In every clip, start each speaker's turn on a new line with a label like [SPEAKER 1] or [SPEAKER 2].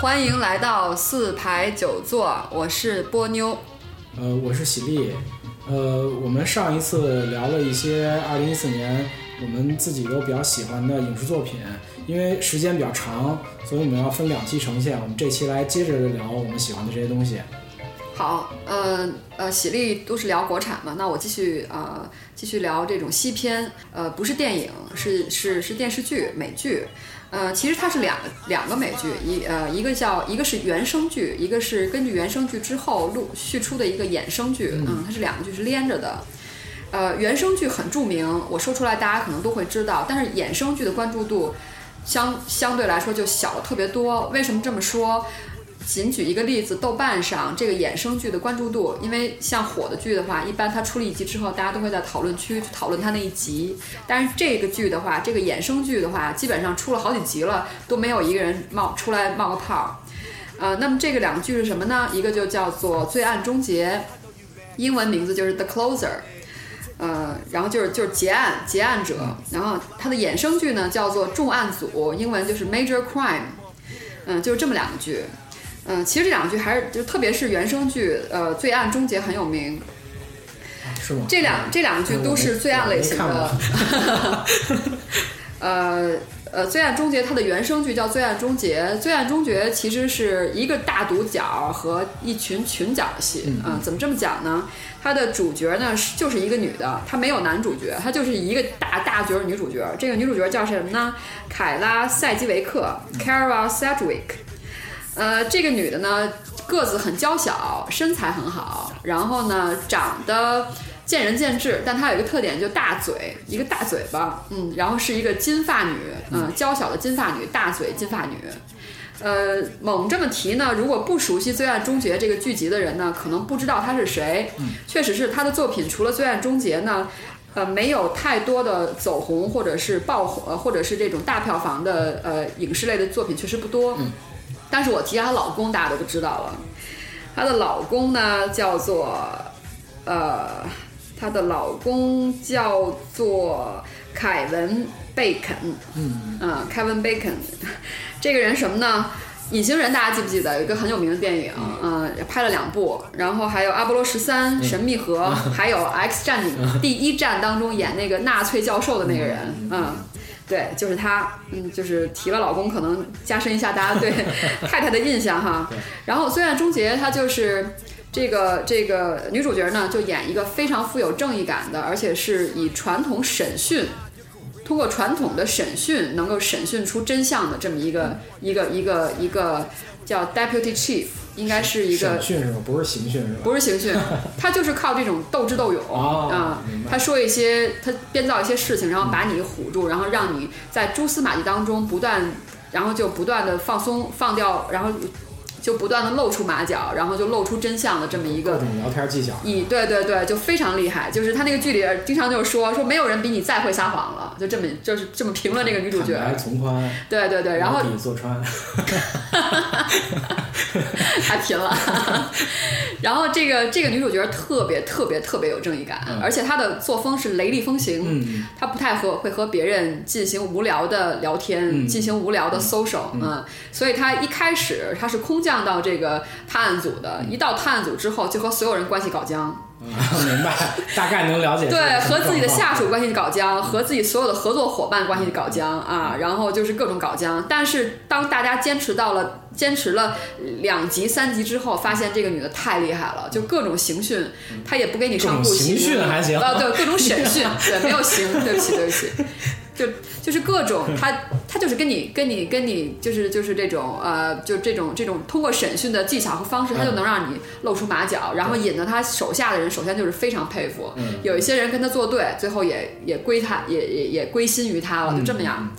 [SPEAKER 1] 欢迎来到四排九座，我是波妞。
[SPEAKER 2] 呃，我是喜力。呃，我们上一次聊了一些二零一四年我们自己都比较喜欢的影视作品，因为时间比较长，所以我们要分两期呈现。我们这期来接着聊我们喜欢的这些东西。
[SPEAKER 1] 好，呃呃，喜力都是聊国产嘛，那我继续呃继续聊这种西片，呃，不是电影，是是是电视剧、美剧。呃，其实它是两个两个美剧，一呃一个叫一个是原声剧，一个是根据原声剧之后陆续出的一个衍生剧，嗯，它是两个剧是连着的。呃，原声剧很著名，我说出来大家可能都会知道，但是衍生剧的关注度相相对来说就小了特别多。为什么这么说？仅举一个例子，豆瓣上这个衍生剧的关注度，因为像火的剧的话，一般它出了一集之后，大家都会在讨论区去讨论它那一集。但是这个剧的话，这个衍生剧的话，基本上出了好几集了，都没有一个人冒出来冒个泡儿。呃，那么这个两个剧是什么呢？一个就叫做《罪案终结》，英文名字就是《The Closer》。呃，然后就是就是结案结案者，然后它的衍生剧呢叫做《重案组》，英文就是 Major Crime，嗯、就是这么两个剧。嗯，其实这两句还是就特别是原声剧，呃，《罪案终结》很有名。
[SPEAKER 2] 啊是吗？
[SPEAKER 1] 这两这两句都是罪案类型
[SPEAKER 2] 我没
[SPEAKER 1] 的
[SPEAKER 2] 看。
[SPEAKER 1] 呃呃，《罪案终结》它的原声剧叫《罪案终结》，《罪案终结》其实是一个大独角和一群群角的戏。嗯、怎么这么讲呢？它的主角呢是就是一个女的，她没有男主角，她就是一个大大角儿女主角。这个女主角叫什么呢？凯拉·塞基维克 （Cara Sedgwick）。呃，这个女的呢，个子很娇小，身材很好，然后呢，长得见仁见智，但她有一个特点，就大嘴，一个大嘴巴，嗯，然后是一个金发女，嗯、娇小的金发女，大嘴金发女。呃，猛这么提呢，如果不熟悉《罪案终结》这个剧集的人呢，可能不知道她是谁。确实是她的作品，除了《罪案终结》呢，呃，没有太多的走红或者是爆火，呃或者是这种大票房的呃影视类的作品确实不多。但是我提她老公，大家都不知道了。她的老公呢，叫做呃，她的老公叫做凯文·贝肯，嗯，啊、凯文·贝肯，这个人什么呢？隐形人大家记不记得？有一个很有名的电影，嗯、拍了两部，然后还有《阿波罗十三》《神秘河》 还有《X 战警》 第一战当中演那个纳粹教授的那个人，嗯对，就是她，嗯，就是提了老公，可能加深一下大家对 太太的印象哈。然后《罪案终结》，她就是这个这个女主角呢，就演一个非常富有正义感的，而且是以传统审讯，通过传统的审讯能够审讯出真相的这么一个一个一个一个叫 Deputy Chief，应该 是一个
[SPEAKER 2] 审讯是吧？不是刑讯是吧？
[SPEAKER 1] 不是刑 讯，他就是靠这种斗智斗勇
[SPEAKER 2] 哦
[SPEAKER 1] 啊、
[SPEAKER 2] 明白
[SPEAKER 1] 他说一些，他编造一些事情，然后把你唬住，然后让你在蛛丝马迹当中不断，然后就不断的放松放掉，然后就不断的露出马脚，然后就露出真相的这么一
[SPEAKER 2] 各
[SPEAKER 1] 个。
[SPEAKER 2] 种聊天技巧。
[SPEAKER 1] 以对对对，就非常厉害，就是他那个剧里经常就说说没有人比你再会撒谎了，就这么就是这么评论这个女主角
[SPEAKER 2] 坦。白从宽，
[SPEAKER 1] 对对对，然后
[SPEAKER 2] 牢底坐 穿，
[SPEAKER 1] 还贫了。 然后这个这个女主角特别特别特别有正义感，而且她的作风是雷厉风行，
[SPEAKER 2] 嗯
[SPEAKER 1] 她不太和会和别人进行无聊的聊天，
[SPEAKER 2] 嗯
[SPEAKER 1] 进行无聊的 social，嗯所以她一开始她是空降到这个探案组的，一到探案组之后就和所有人关系搞僵，
[SPEAKER 2] 嗯明白，大概能了解这个
[SPEAKER 1] 对，
[SPEAKER 2] 状况。
[SPEAKER 1] 和自己的下属关系搞僵，和自己所有的合作伙伴关系搞僵啊，然后就是各种搞僵。但是当大家坚持到了坚持了两集三集之后，发现这个女的太厉害了，就各种刑讯，她也不给你上
[SPEAKER 2] 各
[SPEAKER 1] 酷
[SPEAKER 2] 种
[SPEAKER 1] 刑
[SPEAKER 2] 刑讯还行
[SPEAKER 1] 啊，对，各种审 讯，对，没有刑，对不起，对不起。就就是各种他他就是跟你跟你跟你就是就是这种呃就这种这种通过审讯的技巧和方式，他就能让你露出马脚，然后引得他手下的人首先就是非常佩服，有一些人跟他作对，最后也也归他也也也归心于他了，就这么样。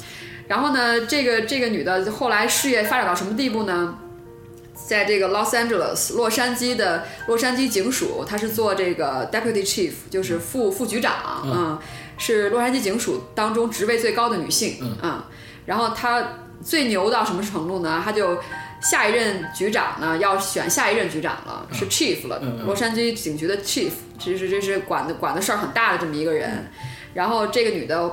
[SPEAKER 1] 然后呢，这个这个女的后来事业发展到什么地步呢？在这个 Los Angeles 洛杉矶的洛杉矶警署，她是做这个 Deputy Chief，就是副副局长，
[SPEAKER 2] 嗯
[SPEAKER 1] 嗯，是洛杉矶警署当中职位最高的女性，嗯然后她最牛到什么程度呢？她就下一任局长呢要选下一任局长了，是 Chief 了，
[SPEAKER 2] 嗯嗯
[SPEAKER 1] 洛杉矶警局的
[SPEAKER 2] 嗯
[SPEAKER 1] Chief，这是这是管的管的事儿很大的这么一个人。然后这个女的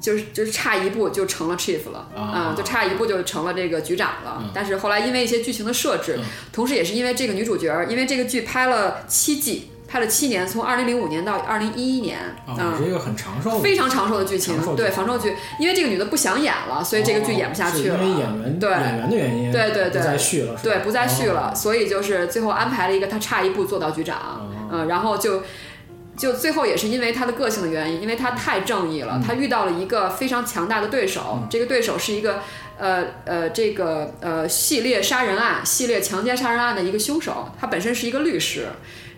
[SPEAKER 1] 就是就是差一步就成了 chief 了
[SPEAKER 2] 啊
[SPEAKER 1] 就差一步就成了这个局长了。
[SPEAKER 2] 嗯
[SPEAKER 1] 但是后来因为一些剧情的设置，
[SPEAKER 2] 嗯
[SPEAKER 1] 同时也是因为这个女主角儿，因为这个剧拍了七季，拍了七年，从二零零五年到二零一一年，
[SPEAKER 2] 啊，
[SPEAKER 1] 嗯
[SPEAKER 2] 也是一个很长寿的，
[SPEAKER 1] 非常长寿的剧情
[SPEAKER 2] 长寿，剧
[SPEAKER 1] 对长寿剧，因为这个女的不想演了，所以这个剧演不下去了。
[SPEAKER 2] 哦是因为演员
[SPEAKER 1] 对
[SPEAKER 2] 演员的原因，
[SPEAKER 1] 对对对
[SPEAKER 2] 不再续了，是吧
[SPEAKER 1] 对，不再续。
[SPEAKER 2] 哦
[SPEAKER 1] 了，所以就是最后安排了一个他差一步做到局长，
[SPEAKER 2] 哦
[SPEAKER 1] 嗯，然后就就最后也是因为他的个性的原因，因为他太正义
[SPEAKER 2] 嗯
[SPEAKER 1] 了，他遇到了一个非常强大的对手，这个对手是一个呃呃这个呃系列杀人案、系列强奸杀人案的一个凶手，他本身是一个律师。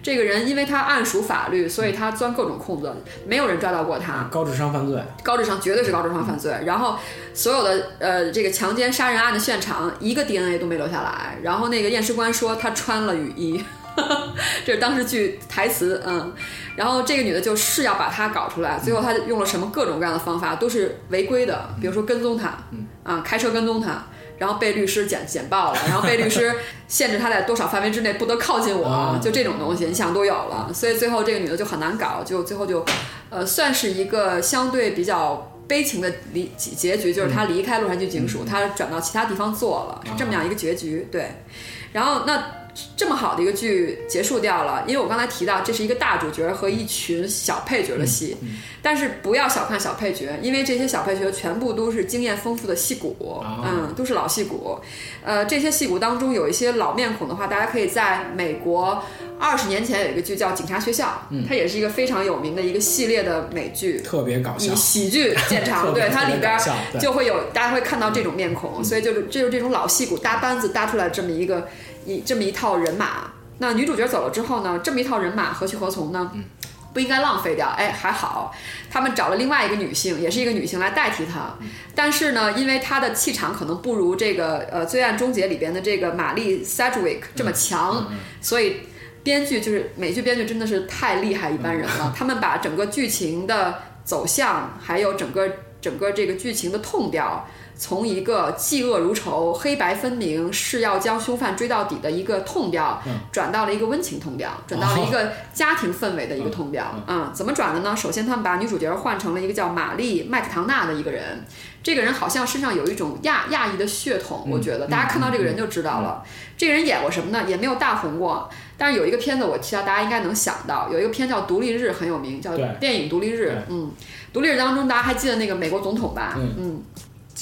[SPEAKER 1] 这个人因为他暗熟法律，所以他钻各种空子，没有人抓到过他。
[SPEAKER 2] 高智商犯罪，
[SPEAKER 1] 高智商绝对是高智商犯罪。然后所有的呃这个强奸杀人案的现场，一个 DNA 都没留下来。然后那个验尸官说他穿了雨衣，这是当时剧台词，嗯。然后这个女的就是要把他搞出来，最后她用了什么各种各样的方法，都是违规的，比如说跟踪他，啊，开车跟踪他。然后被律师简简报了，然后被律师限制他在多少范围之内不得靠近我
[SPEAKER 2] 啊，
[SPEAKER 1] 就这种东西，你想都有了。所以最后这个女的就很难搞，就最后就呃，算是一个相对比较悲情的离结结局，就是他离开洛杉矶警署，他转到其他地方做了，是这么样一个结局。对，然后那这么好的一个剧结束掉了，因为我刚才提到这是一个大主角和一群小配角的戏，
[SPEAKER 2] 嗯
[SPEAKER 1] 但是不要小看小配角，因为这些小配角全部都是经验丰富的戏骨，
[SPEAKER 2] 啊
[SPEAKER 1] 嗯，都是老戏骨。呃，这些戏骨当中有一些老面孔的话，大家可以在美国二十年前有一个剧叫《警察学校》，
[SPEAKER 2] 嗯
[SPEAKER 1] 它也是一个非常有名的一个系列的美剧，
[SPEAKER 2] 特别搞笑
[SPEAKER 1] 以，喜剧见长，
[SPEAKER 2] 特别
[SPEAKER 1] 对它里边
[SPEAKER 2] 搞笑
[SPEAKER 1] 儿
[SPEAKER 2] 对
[SPEAKER 1] 就会有大家会看到这种面孔，所以就是这就是这种老戏骨搭班子搭出来这么一个一这么一套人马。那女主角走了之后呢，这么一套人马何去何从呢？不应该浪费掉，哎，还好，他们找了另外一个女性，也是一个女性来代替她。但是呢，因为她的气场可能不如这个呃《罪案终结》里边的这个玛丽 Sedgwick 这么强，所以编剧就是美剧编剧真的是太厉害一般人了，他们把整个剧情的走向，还有整个整个这个剧情的痛调，从一个嫉恶如仇、黑白分明、是要将凶犯追到底的一个痛调，
[SPEAKER 2] 嗯
[SPEAKER 1] 转到了一个温情痛调，转到了一
[SPEAKER 2] 哦
[SPEAKER 1] 个家庭氛围的一个痛调。啊、
[SPEAKER 2] 嗯
[SPEAKER 1] 怎么转的呢？首先，他们把女主角换成了一个叫玛丽麦克唐纳的一个人，这个人好像身上有一种亚亚裔的血
[SPEAKER 2] 嗯
[SPEAKER 1] 统，我觉得大家看到这个人就知道了。这个人演过什么呢？也没有大红过，但是有一个片子我提到，大家应该能想到，有一个片叫《独立日》很有名，叫
[SPEAKER 2] 对
[SPEAKER 1] 电影《独立日》
[SPEAKER 2] 对。
[SPEAKER 1] 嗯，《独立日》当中大家还记得那个美国总统吧？
[SPEAKER 2] 嗯
[SPEAKER 1] 嗯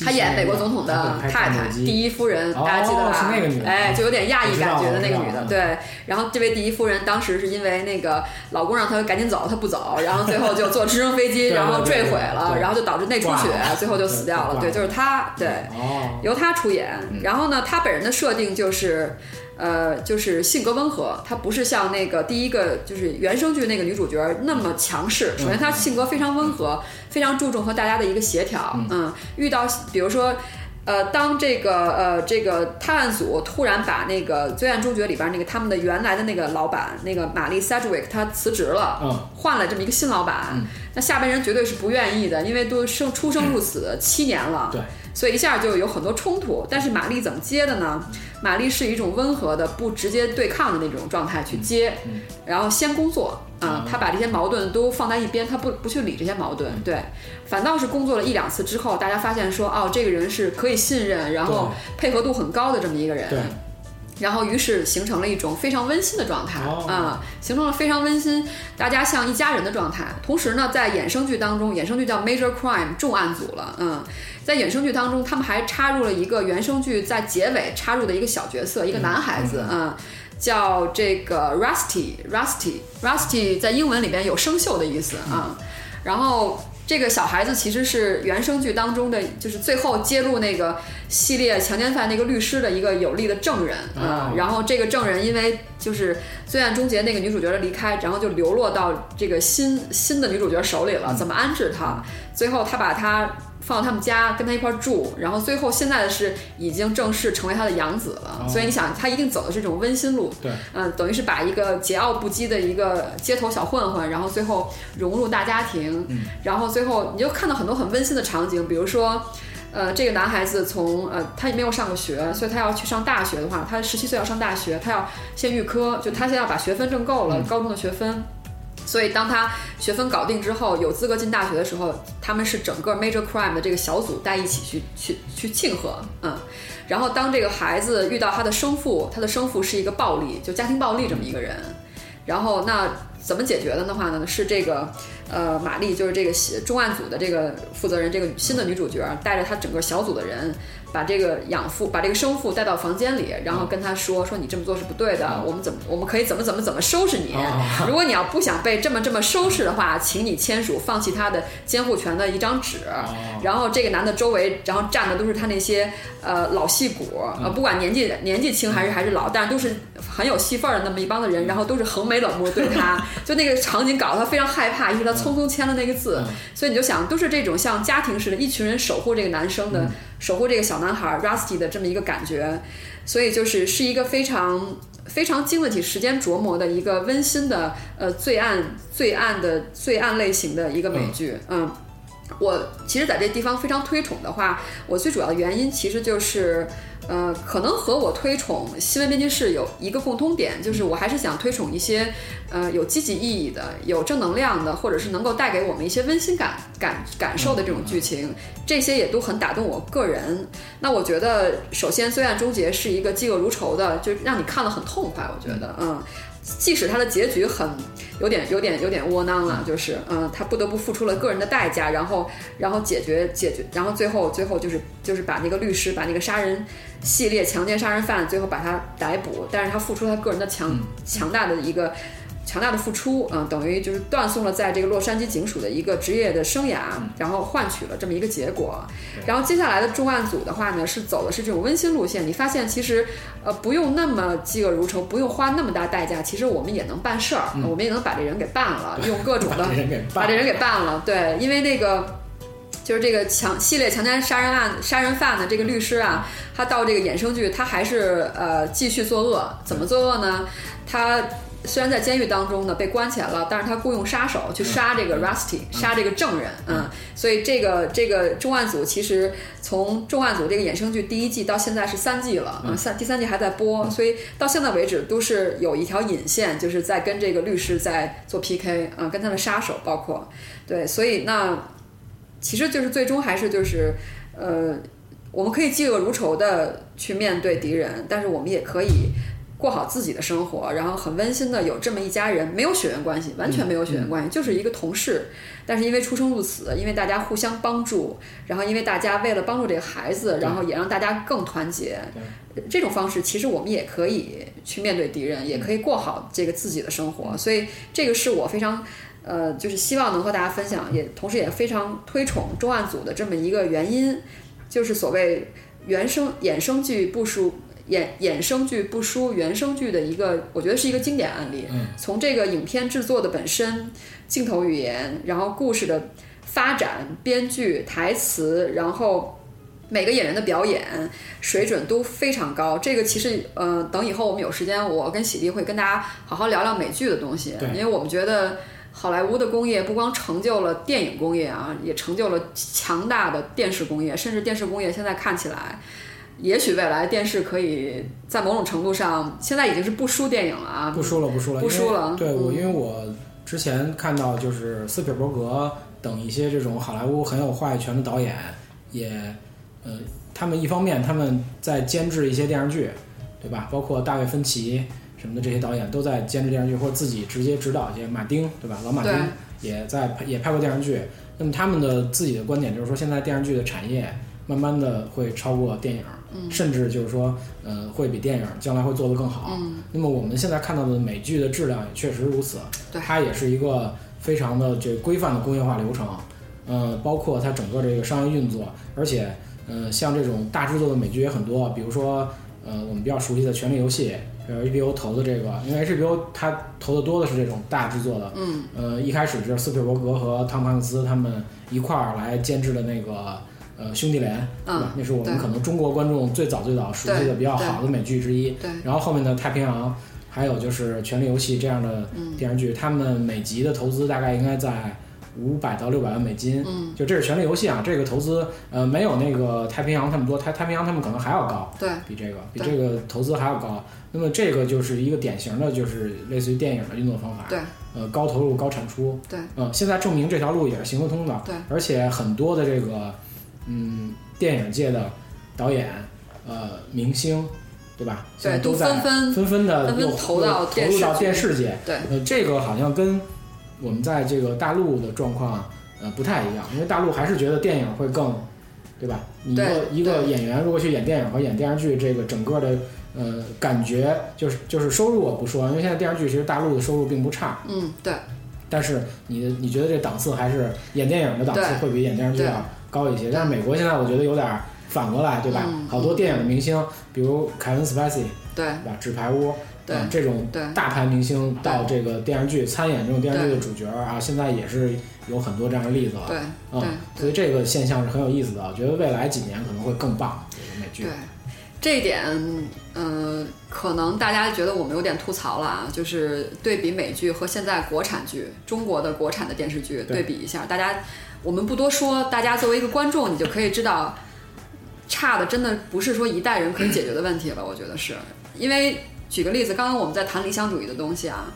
[SPEAKER 1] 他演美国总统的
[SPEAKER 2] 拍
[SPEAKER 1] 太
[SPEAKER 2] 战
[SPEAKER 1] 太，
[SPEAKER 2] 斗
[SPEAKER 1] 第
[SPEAKER 2] 机
[SPEAKER 1] 一夫人，
[SPEAKER 2] 哦
[SPEAKER 1] 大家记得吧？
[SPEAKER 2] 是那个女的哦
[SPEAKER 1] 哎，就有点亚裔感觉的那个
[SPEAKER 2] 我
[SPEAKER 1] 女
[SPEAKER 2] 知道
[SPEAKER 1] 的，
[SPEAKER 2] 我知道
[SPEAKER 1] 对。然后这位第一夫人当时是因为那个老公让她赶紧走，她不走，然后最后就坐直升飞机，
[SPEAKER 2] 对
[SPEAKER 1] 然后
[SPEAKER 2] 对
[SPEAKER 1] 坠
[SPEAKER 2] 对
[SPEAKER 1] 毁了，
[SPEAKER 2] 对
[SPEAKER 1] 然后就导致内出血
[SPEAKER 2] 挂了，
[SPEAKER 1] 最后就死掉了。对，
[SPEAKER 2] 对对
[SPEAKER 1] 就是她，对。
[SPEAKER 2] 哦，
[SPEAKER 1] 由他出演。然后呢，他本人的设定就是，呃，就是性格温和，他不是像那个第一个就是原声剧那个女主角那么强势。首先，她性格非常温和，非常注重和大家的一个协调。嗯，遇到比如说。呃，当这个呃这个探案组突然把那个《罪案终结》里边那个他们的原来的那个老板那个玛丽 Sedgwick 她辞职了，
[SPEAKER 2] 嗯，
[SPEAKER 1] 换了这么一个新老板，那下边人绝对是不愿意的，因为都生出生入死、七年了，
[SPEAKER 2] 对，
[SPEAKER 1] 所以一下就有很多冲突。但是玛丽怎么接的呢？玛丽是一种温和的、不直接对抗的那种状态去接，
[SPEAKER 2] 嗯
[SPEAKER 1] 然后先工作啊，她把这些矛盾都放在一边，她不不去理这些矛盾，
[SPEAKER 2] 嗯
[SPEAKER 1] 对，反倒是工作了一两次之后，大家发现说，哦，这个人是可以信任，然后配合度很高的这么一个人，
[SPEAKER 2] 对，
[SPEAKER 1] 然后于是形成了一种非常温馨的状态啊、
[SPEAKER 2] 哦
[SPEAKER 1] 形成了非常温馨，大家像一家人的状态。同时呢，在衍生剧当中，衍生剧叫 Major Crime 重案组了，嗯，在衍生剧当中，他们还插入了一个原生剧在结尾插入的一个小角色，一个男孩子，嗯。叫这个 Rusty，Rusty，Rusty 在英文里边有生锈的意思啊。然后这个小孩子其实是原生剧当中的，就是最后揭露那个系列强奸犯那个律师的一个有力的证人啊
[SPEAKER 2] 哦。
[SPEAKER 1] 然后这个证人因为就是罪案终结那个女主角的离开，然后就流落到这个新新的女主角手里了。怎么安置她？最后他把她放到他们家，跟她一块儿住，然后最后现在的是已经正式成为她的养子了。
[SPEAKER 2] 哦
[SPEAKER 1] 所以你想，她一定走的是这种温馨路，
[SPEAKER 2] 对，
[SPEAKER 1] 嗯，等于是把一个桀骜不羁的一个街头小混混，然后最后融入大家庭，
[SPEAKER 2] 嗯
[SPEAKER 1] 然后最后你就看到很多很温馨的场景，比如说。呃，这个男孩子从呃，他也没有上过学，
[SPEAKER 2] 嗯
[SPEAKER 1] 所以他要去上大学的话，他十七岁要上大学，他要先预科，就他先要把学分挣够了，高中的学分，所以当他学分搞定之后，有资格进大学的时候，他们是整个 major crime 的这个小组带一起去去去庆贺，嗯。然后当这个孩子遇到他的生父，他的生父是一个暴力，就家庭暴力这么一个人，然后那怎么解决的的话呢？是这个呃，玛丽就是这个写重案组的这个负责人，这个新的女主角带着她整个小组的人，把这个养父把这个生父带到房间里，然后
[SPEAKER 2] 嗯
[SPEAKER 1] 跟他说说你这么做是不对的，我们怎么我们可以怎么怎么怎么收拾你
[SPEAKER 2] 啊？
[SPEAKER 1] 如果你要不想被这么这么收拾的话，请你签署放弃他的监护权的一张纸。
[SPEAKER 2] 哦
[SPEAKER 1] 然后这个男的周围，然后站的都是他那些呃老戏骨，
[SPEAKER 2] 嗯
[SPEAKER 1] 呃，不管年纪年纪轻还是还是老，但是都是很有戏份儿的那么一帮的
[SPEAKER 2] 嗯
[SPEAKER 1] 人，然后都是横眉冷目对他，就那个场景搞得他非常害怕，于是他匆匆签了那个字，
[SPEAKER 2] 嗯
[SPEAKER 1] 所以你就想，都是这种像家庭似的，一群人守护这个男生
[SPEAKER 2] 嗯
[SPEAKER 1] 的，守护这个小男孩儿 Rusty 的这么一个感觉，所以就是是一个非常。非常经得起时间琢磨的一个温馨的呃罪案罪案的罪案类型的一个美剧，嗯我其实在这地方非常推崇的话，我最主要的原因其实就是，呃，可能和我推崇新闻编辑室有一个共通点，就是我还是想推崇一些，呃，有积极意义的、有正能量的，或者是能够带给我们一些温馨感感感受的这种剧情，这些也都很打动我个人。那我觉得，首先《罪案终结》是一个嫉恶如仇的，就让你看了很痛快，我觉得，嗯。即使它的结局很有点、有点、有点窝囊了，就是，嗯，他不得不付出了个人的代价，然后，然后解决解决，然后最后最后就是就是把那个律师把那个杀人系列强奸杀人犯最后把他逮捕，但是他付出他个人的强、强大的一个强大的付出，嗯，等于就是断送了在这个洛杉矶警署的一个职业的生涯，然后换取了这么一个结果。然后接下来的重案组的话呢，是走的是这种温馨路线。你发现其实，呃，不用那么嫉恶如仇，不用花那么大代价，其实我们也能办事儿，我们也能把这人给办了，用各种的
[SPEAKER 2] 嗯 把这人给办了
[SPEAKER 1] 把这人给办了。对，因为那个。就是这个强系列强奸杀人案杀人犯的这个律师啊，他到这个衍生剧，他还是呃继续作恶。怎么作恶呢？他虽然在监狱当中呢被关起来了，但是他雇佣杀手去杀这个 Rusty，、杀这个证人，嗯，所以这个这个重案组其实从重案组这个衍生剧第一季到现在是三季了，嗯，三第三季还在播，所以到现在为止都是有一条引线，就是在跟这个律师在做 PK，嗯，跟他的杀手包括，对，所以那其实就是最终还是就是呃，我们可以嫉恶如仇的去面对敌人，但是我们也可以过好自己的生活，然后很温馨的有这么一家人，没有血缘关系，完全没有血缘关系，就是一个同事，但是因为出生入死，因为大家互相帮助，然后因为大家为了帮助这个孩子，然后也让大家更团结。这种方式，其实我们也可以去面对敌人，也可以过好这个自己的生活。所以，这个是我非常呃，就是希望能和大家分享，也同时也非常推崇重案组的这么一个原因，就是所谓原生衍生剧不输衍衍生剧不输原生剧的一个，我觉得是一个经典案例。
[SPEAKER 2] 嗯
[SPEAKER 1] 从这个影片制作的本身、镜头语言，然后故事的发展、编剧、台词，然后。每个演员的表演水准都非常高，这个其实呃，等以后我们有时间，我跟喜力会跟大家好好聊聊美剧的东西
[SPEAKER 2] 对，
[SPEAKER 1] 因为我们觉得好莱坞的工业不光成就了电影工业啊，也成就了强大的电视工业，甚至电视工业现在看起来，也许未来电视可以在某种程度上，现在已经是不输电影了啊
[SPEAKER 2] 不。输了，不输了，
[SPEAKER 1] 不
[SPEAKER 2] 因为
[SPEAKER 1] 输了
[SPEAKER 2] 对我，
[SPEAKER 1] 嗯
[SPEAKER 2] 因为我之前看到就是斯皮尔伯格等一些这种好莱坞很有话语权的导演，也呃，他们一方面他们在监制一些电视剧，对吧？包括大卫芬奇什么的这些导演都在监制电视剧，或者自己直接指导一些。马丁对吧？老马丁
[SPEAKER 1] 对
[SPEAKER 2] 也在拍也拍过电视剧。那么他们的自己的观点就是说，现在电视剧的产业慢慢的会超过电影，
[SPEAKER 1] 嗯
[SPEAKER 2] 甚至就是说，呃，会比电影将来会做得更好。
[SPEAKER 1] 嗯
[SPEAKER 2] 那么我们现在看到的美剧的质量也确实如此，
[SPEAKER 1] 对
[SPEAKER 2] 它也是一个非常的这规范的工业化流程，呃，包括它整个这个商业运作，而且，呃，像这种大制作的美剧也很多，比如说，呃，我们比较熟悉的《权力游戏》，呃，HBO 投的这个，因为 HBO 它投的多的是这种大制作的，嗯，呃，一开始就是斯皮尔伯格和汤姆汉克斯他们一块儿来监制的那个。呃，兄弟连，对吧
[SPEAKER 1] 嗯
[SPEAKER 2] 那是我们
[SPEAKER 1] 对
[SPEAKER 2] 可能中国观众最早最早熟悉的
[SPEAKER 1] 对
[SPEAKER 2] 比较好的美剧之一。
[SPEAKER 1] 对
[SPEAKER 2] 然后后面的《太平洋》，
[SPEAKER 1] 嗯
[SPEAKER 2] 还有就是《权力游戏》这样的电视剧，他们每集的投资大概应该在五百到六百万美金。
[SPEAKER 1] 嗯，
[SPEAKER 2] 就这是《权力游戏》啊，这个投资呃没有那个太平洋他们多，太太平洋他们可能还要高，
[SPEAKER 1] 对，
[SPEAKER 2] 比这个比
[SPEAKER 1] 对
[SPEAKER 2] 这个投资还要高。那么这个就是一个典型的，就是类似于电影的运作方法。
[SPEAKER 1] 对，
[SPEAKER 2] 呃，高投入高产出。
[SPEAKER 1] 对，
[SPEAKER 2] 嗯，现在证明这条路也是行得通的。
[SPEAKER 1] 对，
[SPEAKER 2] 而且很多的这个嗯电影界的导演呃明星，对吧？现在
[SPEAKER 1] 对，都
[SPEAKER 2] 都在
[SPEAKER 1] 纷纷
[SPEAKER 2] 纷纷的
[SPEAKER 1] 纷纷
[SPEAKER 2] 又
[SPEAKER 1] 投
[SPEAKER 2] 又
[SPEAKER 1] 到
[SPEAKER 2] 投
[SPEAKER 1] 电
[SPEAKER 2] 入
[SPEAKER 1] 视
[SPEAKER 2] 到
[SPEAKER 1] 剧
[SPEAKER 2] 电视界。
[SPEAKER 1] 对，
[SPEAKER 2] 呃，这个好像跟我们在这个大陆的状况呃不太一样，因为大陆还是觉得电影会更，对吧？你一
[SPEAKER 1] 对
[SPEAKER 2] 个一个
[SPEAKER 1] 对
[SPEAKER 2] 演员如果去演电影和演电视剧，这个整个的呃感觉就是就是收入我不说，因为现在电视剧其实大陆的收入并不差，
[SPEAKER 1] 嗯，对
[SPEAKER 2] 但是你的你觉得这档次还是演电影的档次
[SPEAKER 1] 对
[SPEAKER 2] 会比演电视剧要高一些，但是美国现在我觉得有点儿反过来，对吧？
[SPEAKER 1] 嗯
[SPEAKER 2] 好多电影明星，比如凯文·斯派西，
[SPEAKER 1] 对
[SPEAKER 2] 对吧？纸牌屋，
[SPEAKER 1] 对
[SPEAKER 2] 呃这种
[SPEAKER 1] 对
[SPEAKER 2] 大牌明星到这个电视剧参演这种电视剧的主角儿啊，现在也是有很多这样的例子了。
[SPEAKER 1] 对
[SPEAKER 2] 嗯
[SPEAKER 1] 对，
[SPEAKER 2] 所以这个现象是很有意思的，我觉得未来几年可能会更棒。这个美剧
[SPEAKER 1] 对，这一点，呃，可能大家觉得我们有点吐槽了啊，就是对比美剧和现在国产剧，中国的国产的电视剧对
[SPEAKER 2] 对
[SPEAKER 1] 比一下，大家我们不多说，大家作为一个观众，你就可以知道，差的真的不是说一代人可以解决的问题了，我觉得是因为举个例子，刚刚我们在谈理想主义的东西啊。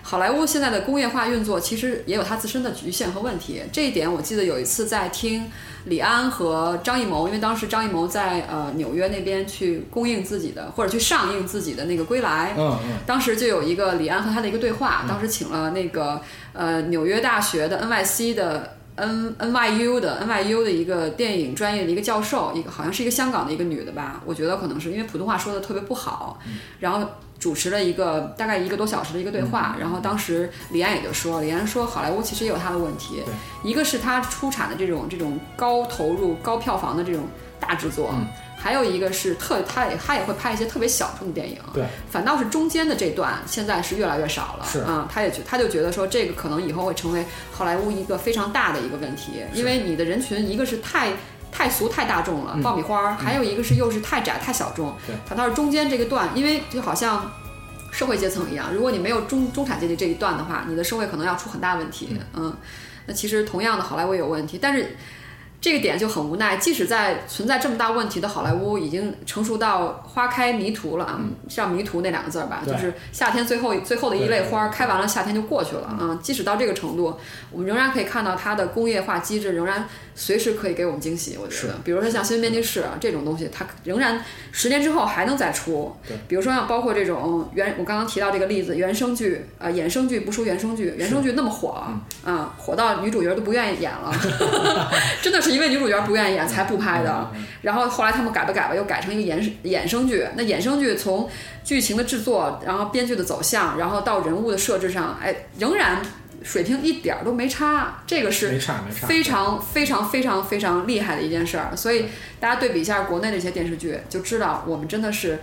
[SPEAKER 1] 好莱坞现在的工业化运作其实也有它自身的局限和问题，这一点我记得有一次在听李安和张艺谋，因为当时张艺谋在呃纽约那边去供应自己的或者去上映自己的那个《归来》，
[SPEAKER 2] 嗯嗯，
[SPEAKER 1] 当时就有一个李安和他的一个对话，当时请了那个呃纽约大学的 NYC 的 N NYU 的 NYU 的一个电影专业的一个教授，一个好像是一个香港的一个女的吧，我觉得可能是因为普通话说的特别不好，然后。主持了一个大概一个多小时的一个对话，然后当时李安也就说，李安说好莱坞其实也有他的问题，一个是他出产的这种这种高投入、高票房的这种大制作，
[SPEAKER 2] 嗯
[SPEAKER 1] 还有一个是特他也他也会拍一些特别小众的电影，
[SPEAKER 2] 对，
[SPEAKER 1] 反倒是中间的这段现在是越来越少了，
[SPEAKER 2] 是
[SPEAKER 1] 啊、他也觉他就觉得说这个可能以后会成为好莱坞一个非常大的一个问题，
[SPEAKER 2] 是
[SPEAKER 1] 因为你的人群一个是太。太俗太大众了，
[SPEAKER 2] 嗯
[SPEAKER 1] 爆米花儿；还有一个是又是太窄太小众
[SPEAKER 2] 对，
[SPEAKER 1] 反倒是中间这个段，因为就好像社会阶层一样，如果你没有中中产阶级这一段的话，你的社会可能要出很大问题。嗯，那其实同样的好莱坞也有问题，但是这个点就很无奈。即使在存在这么大问题的好莱坞，已经成熟到花开迷途了啊，像迷途那两个字儿吧，
[SPEAKER 2] 嗯对
[SPEAKER 1] 就是夏天最后最后的一类花儿开完了，夏天就过去了啊。即使到这个程度，我们仍然可以看到它的工业化机制仍然随时可以给我们惊喜。我觉
[SPEAKER 2] 是
[SPEAKER 1] 得，比如说像新闻编辑室啊这种东西，它仍然十年之后还能再出。
[SPEAKER 2] 对，
[SPEAKER 1] 比如说像包括这种原我刚刚提到这个例子，原声剧呃衍生剧不输原声剧，原声剧那么火啊、
[SPEAKER 2] 嗯
[SPEAKER 1] 火到女主角都不愿意演 了，真的是因为女主角不愿意演才不拍的。
[SPEAKER 2] 嗯
[SPEAKER 1] 然后后来他们改吧改吧，又改成一个衍衍生剧。那衍生剧从剧情的制作，然后编剧的走向，然后到人物的设置上，哎，仍然水平一点儿都没差。这个是
[SPEAKER 2] 没差没差，
[SPEAKER 1] 非常非常非常非常厉害的一件事儿。所以大家对比一下国内的一些电视剧，就知道我们真的是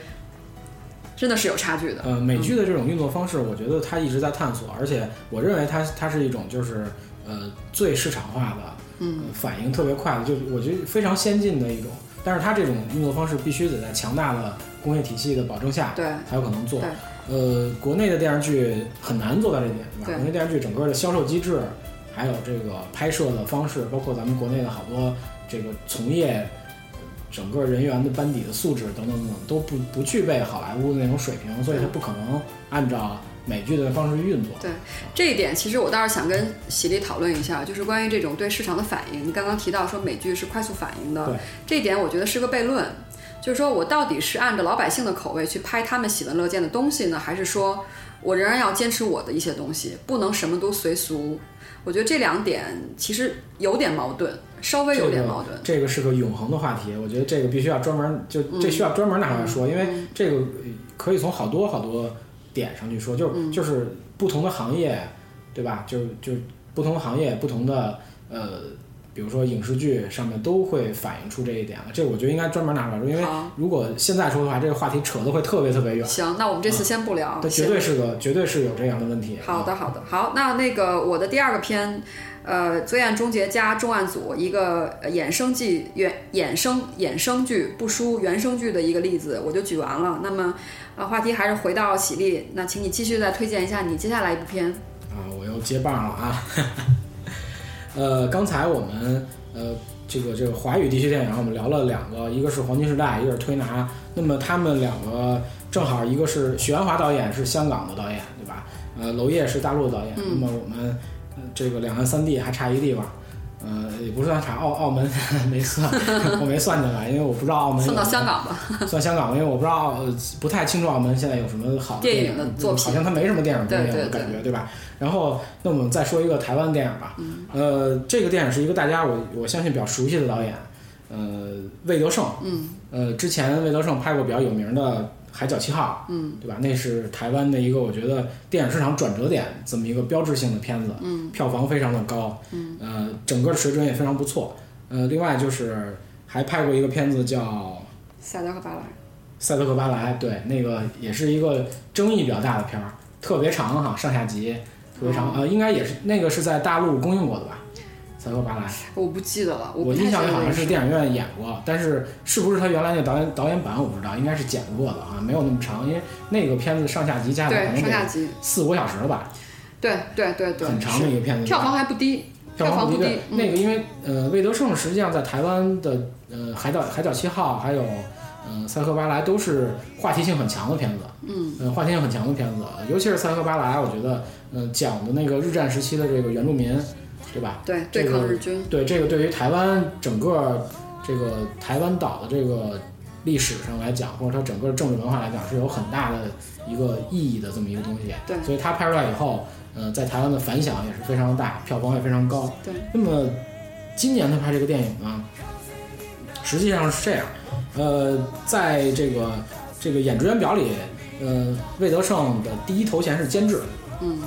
[SPEAKER 1] 真的是有差距的。
[SPEAKER 2] 呃，美剧的这种运作方式，我觉得它一直在探索，而且我认为它它是一种就是呃最市场化的，
[SPEAKER 1] 嗯
[SPEAKER 2] 呃反应特别快的，就我觉得非常先进的一种。但是它这种运作方式必须得在强大的工业体系的保证下，
[SPEAKER 1] 对
[SPEAKER 2] 才有可能做。呃，国内的电视剧很难做到这一点，对吧？
[SPEAKER 1] 对
[SPEAKER 2] 国内电视剧整个的销售机制，还有这个拍摄的方式，包括咱们国内的好多这个从业。整个人员的班底的素质等等等等都不不具备好莱坞的那种水平，所以它不可能按照美剧的方式运作。
[SPEAKER 1] 这一点，其实我倒是想跟喜力讨论一下，就是关于这种对市场的反应。你刚刚提到说美剧是快速反应
[SPEAKER 2] 对
[SPEAKER 1] 的，这一点我觉得是个悖论。就是说我到底是按照老百姓的口味去拍他们喜闻乐见的东西呢，还是说我仍然要坚持我的一些东西，不能什么都随俗？我觉得这两点其实有点矛盾，稍微有
[SPEAKER 2] 这
[SPEAKER 1] 点
[SPEAKER 2] 个
[SPEAKER 1] 矛盾。
[SPEAKER 2] 这个是个永恒的话题，我觉得这个必须要专门就这需要专门拿出来
[SPEAKER 1] 嗯
[SPEAKER 2] 说，因为这个呃可以从好多好多点上去说，就是、
[SPEAKER 1] 嗯
[SPEAKER 2] 就是不同的行业，对吧？就是就是不同的行业，不同的呃，比如说影视剧上面都会反映出这一点了。这个我觉得应该专门拿出来说，因为
[SPEAKER 1] 好
[SPEAKER 2] 如果现在说的话，这个话题扯得会特别特别远，
[SPEAKER 1] 行，那我们这次先不聊，
[SPEAKER 2] 它绝
[SPEAKER 1] 先
[SPEAKER 2] 嗯对是个绝对是有这样的问题。
[SPEAKER 1] 好的，好的，好。那那个我的第二个片，呃，《罪案终结》加《重案组》一个呃衍生剧原衍生衍生剧不输原生剧的一个例子，我就举完了。那么，呃，话题还是回到喜力，那请你继续再推荐一下你接下来一部片。
[SPEAKER 2] 啊，我又接棒了啊！ 呃，刚才我们呃这个这个华语地区电影，我们聊了两个，一个是黄金时代，一个是推拿。那么他们两个正好一个是许鞍华导演是香港的导演，对吧？呃，娄烨是大陆导演。
[SPEAKER 1] 嗯
[SPEAKER 2] 那么我们、呃这个两岸三地还差一个地方。呃，也不算差，澳澳门 没算，我没算进来，因为我不知道澳哦门有
[SPEAKER 1] 送到
[SPEAKER 2] 什么
[SPEAKER 1] 香港吧。
[SPEAKER 2] 算香港，因为我不知道，呃，不太清楚澳门现在有什么好的
[SPEAKER 1] 电
[SPEAKER 2] 电
[SPEAKER 1] 影
[SPEAKER 2] 嗯
[SPEAKER 1] 的作品
[SPEAKER 2] 好像它没什么电影公映，
[SPEAKER 1] 对对
[SPEAKER 2] 我感觉对吧？然后，那我们再说一个台湾电影吧。
[SPEAKER 1] 嗯
[SPEAKER 2] 呃，这个电影是一个大家我我相信比较熟悉的导演，呃，魏德胜。
[SPEAKER 1] 嗯
[SPEAKER 2] 呃，之前魏德胜拍过比较有名的《海角七号》，
[SPEAKER 1] 嗯
[SPEAKER 2] 对吧？那是台湾的一个我觉得电影市场转折点这么一个标志性的片子，
[SPEAKER 1] 嗯，
[SPEAKER 2] 票房非常的高，嗯，呃，整个水准也非常不错。呃，另外就是还拍过一个片子叫。
[SPEAKER 1] 夏家和巴莱。
[SPEAKER 2] 赛德克巴莱，对，那个也是一个争议比较大的片儿，特别长哈，上下集特别
[SPEAKER 1] 哦
[SPEAKER 2] 长，呃，应该也是那个是在大陆公映过的吧？赛德克巴莱，
[SPEAKER 1] 啊我不记得了，
[SPEAKER 2] 我
[SPEAKER 1] 不太
[SPEAKER 2] 印象
[SPEAKER 1] 记
[SPEAKER 2] 里
[SPEAKER 1] 得
[SPEAKER 2] 好
[SPEAKER 1] 那
[SPEAKER 2] 像
[SPEAKER 1] 个
[SPEAKER 2] 是电影院演过，但是是不是他原来那导演导演版我不知道，应该是剪过的啊，没有那么长，因为那个片子上下集加起来好
[SPEAKER 1] 对
[SPEAKER 2] 像
[SPEAKER 1] 上下
[SPEAKER 2] 得
[SPEAKER 1] 集，
[SPEAKER 2] 四五个小时了吧，
[SPEAKER 1] 对对对对，
[SPEAKER 2] 很长
[SPEAKER 1] 是
[SPEAKER 2] 的一个片子，
[SPEAKER 1] 票房还不低，票
[SPEAKER 2] 票
[SPEAKER 1] 房
[SPEAKER 2] 房
[SPEAKER 1] 不
[SPEAKER 2] 不
[SPEAKER 1] 低
[SPEAKER 2] 对，
[SPEAKER 1] 嗯
[SPEAKER 2] 那个因为呃，魏德胜实际上在台湾的呃《海角海角七号》还有嗯、呃《赛克巴莱》都是话题性很强的片子，
[SPEAKER 1] 嗯，
[SPEAKER 2] 呃，话题性很强的片子，尤其是《赛克巴莱》，我觉得嗯、呃讲的那个日战时期的这个原住民，对吧？
[SPEAKER 1] 对，
[SPEAKER 2] 这
[SPEAKER 1] 对
[SPEAKER 2] 个
[SPEAKER 1] 抗日军，
[SPEAKER 2] 对这个对于台湾整个这个台湾岛的这个历史上来讲，或者它整个政治文化来讲，是有很大的一个意义的这么一个东西。
[SPEAKER 1] 对
[SPEAKER 2] 所以它拍出来以后，呃，在台湾的反响也是非常大，票房也非常高。
[SPEAKER 1] 对，
[SPEAKER 2] 那么今年他拍这个电影呢，实际上是这样，呃，在这个这个演职员表里，呃，魏德胜的第一头衔是监制。
[SPEAKER 1] 嗯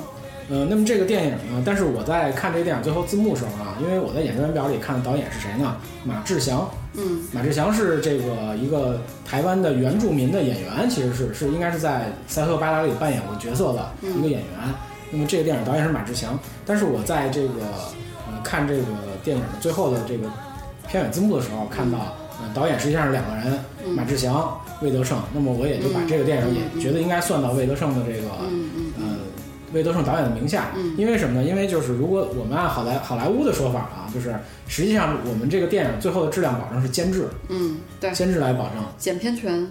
[SPEAKER 2] 呃，那么这个电影呢？但是我在看这个电影最后字幕时候啊，因为我在演职员表里看的导演是谁呢？马志祥，
[SPEAKER 1] 嗯
[SPEAKER 2] 马志祥是这个一个台湾的原住民的演员，其实是是应该是在《塞赫巴达》里扮演过角色的
[SPEAKER 1] 嗯
[SPEAKER 2] 一个演员。那么这个电影导演是马志祥，但是我在这个呃看这个电影的最后的这个片尾字幕的时候，看到呃导演实际上是两个人，马
[SPEAKER 1] 嗯
[SPEAKER 2] 志祥、魏德胜。那么我也就把这个电影
[SPEAKER 1] 嗯嗯
[SPEAKER 2] 也觉得应该算到魏德胜的这个
[SPEAKER 1] 嗯嗯
[SPEAKER 2] 呃魏德胜导演的名下。
[SPEAKER 1] 嗯
[SPEAKER 2] 因为什么呢？因为就是如果我们按好莱好莱坞的说法啊，就是实际上我们这个电影最后的质量保证是监制，
[SPEAKER 1] 嗯，对，
[SPEAKER 2] 监制来保证，
[SPEAKER 1] 剪片权，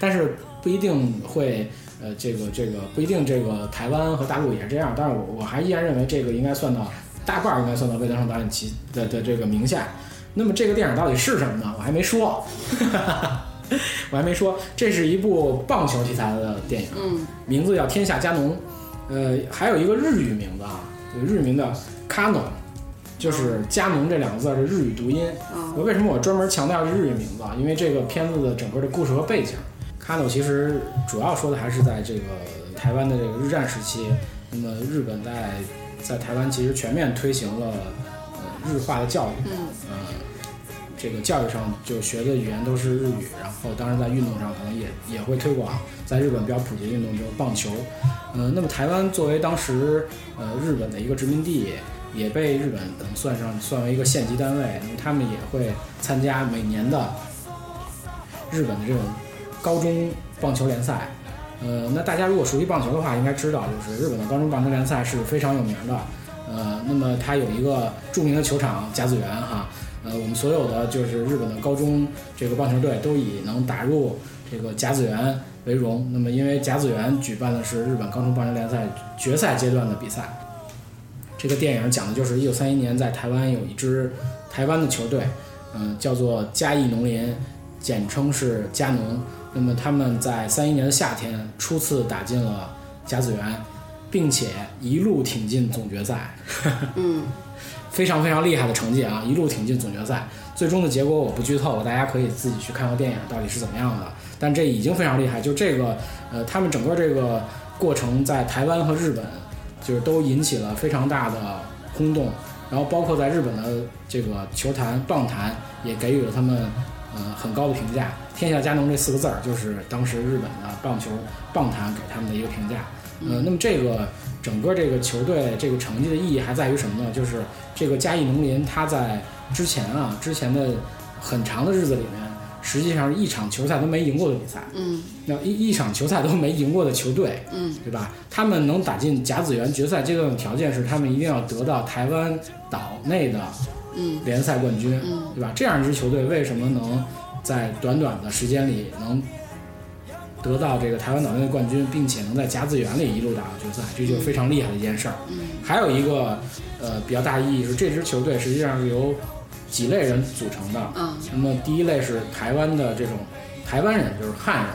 [SPEAKER 2] 但是不一定会。呃，这个这个不一定，这个台湾和大陆也是这样，但是我我还依然认为这个应该算到大半儿应该算到魏德胜导演其的的这个名下。那么这个电影到底是什么呢？我还没说， 我还没说，这是一部棒球题材的电影。
[SPEAKER 1] 嗯
[SPEAKER 2] 名字叫天下加农，呃，还有一个日语名字啊，有日语名叫 Kano，就是加农这两个字儿的日语读音。
[SPEAKER 1] 啊，
[SPEAKER 2] 为什么我专门强调日语名字啊？因为这个片子的整个的故事和背景，Kano 其实主要说的还是在这个台湾的这个日战时期，那么日本在在台湾其实全面推行了呃日化的教育。
[SPEAKER 1] 嗯
[SPEAKER 2] 呃，这个教育上就学的语言都是日语，然后当然在运动上可能也也会推广，在日本比较普及的运动就是棒球。呃，那么台湾作为当时呃日本的一个殖民地，也被日本可能算上算为一个县级单位，那么他们也会参加每年的日本的这种高中棒球联赛。呃，那大家如果熟悉棒球的话，应该知道，就是日本的高中棒球联赛是非常有名的。呃，那么它有一个著名的球场甲子园哈，呃，我们所有的就是日本的高中这个棒球队都以能打入这个甲子园为荣。那么因为甲子园举办的是日本高中棒球联赛决赛阶段的比赛，这个电影讲的就是一九三一年在台湾有一支台湾的球队，嗯、叫做嘉义农林，简称是嘉农。那么他们在三一年的夏天初次打进了甲子园，并且一路挺进总决赛。
[SPEAKER 1] 嗯
[SPEAKER 2] 非常非常厉害的成绩啊，一路挺进总决赛。最终的结果我不剧透了，大家可以自己去看看电影到底是怎么样的。但这已经非常厉害，就这个呃，他们整个这个过程在台湾和日本就是都引起了非常大的轰动，然后包括在日本的这个球坛、棒坛也给予了他们呃很高的评价。天下加农这四个字儿就是当时日本的棒球棒坛给他们的一个评价。呃，那么这个整个这个球队这个成绩的意义还在于什么呢？就是这个嘉义农林，它在之前啊，之前的很长的日子里面实际上一场球赛都没赢过的比赛，
[SPEAKER 1] 嗯
[SPEAKER 2] 那一一场球赛都没赢过的球队，
[SPEAKER 1] 嗯，
[SPEAKER 2] 对吧？他们能打进甲子园决赛，这个条件是他们一定要得到台湾岛内的
[SPEAKER 1] 嗯
[SPEAKER 2] 联赛冠军，
[SPEAKER 1] 嗯
[SPEAKER 2] 对吧？这样一支球队为什么能在短短的时间里能得到这个台湾岛内的冠军，并且能在甲子园里一路打到决赛，这就是非常厉害的一件事儿。
[SPEAKER 1] 嗯
[SPEAKER 2] 还有一个呃比较大意义是，这支球队实际上是由几类人组成的，
[SPEAKER 1] 嗯
[SPEAKER 2] 那么第一类是台湾的这种台湾人，就是汉人，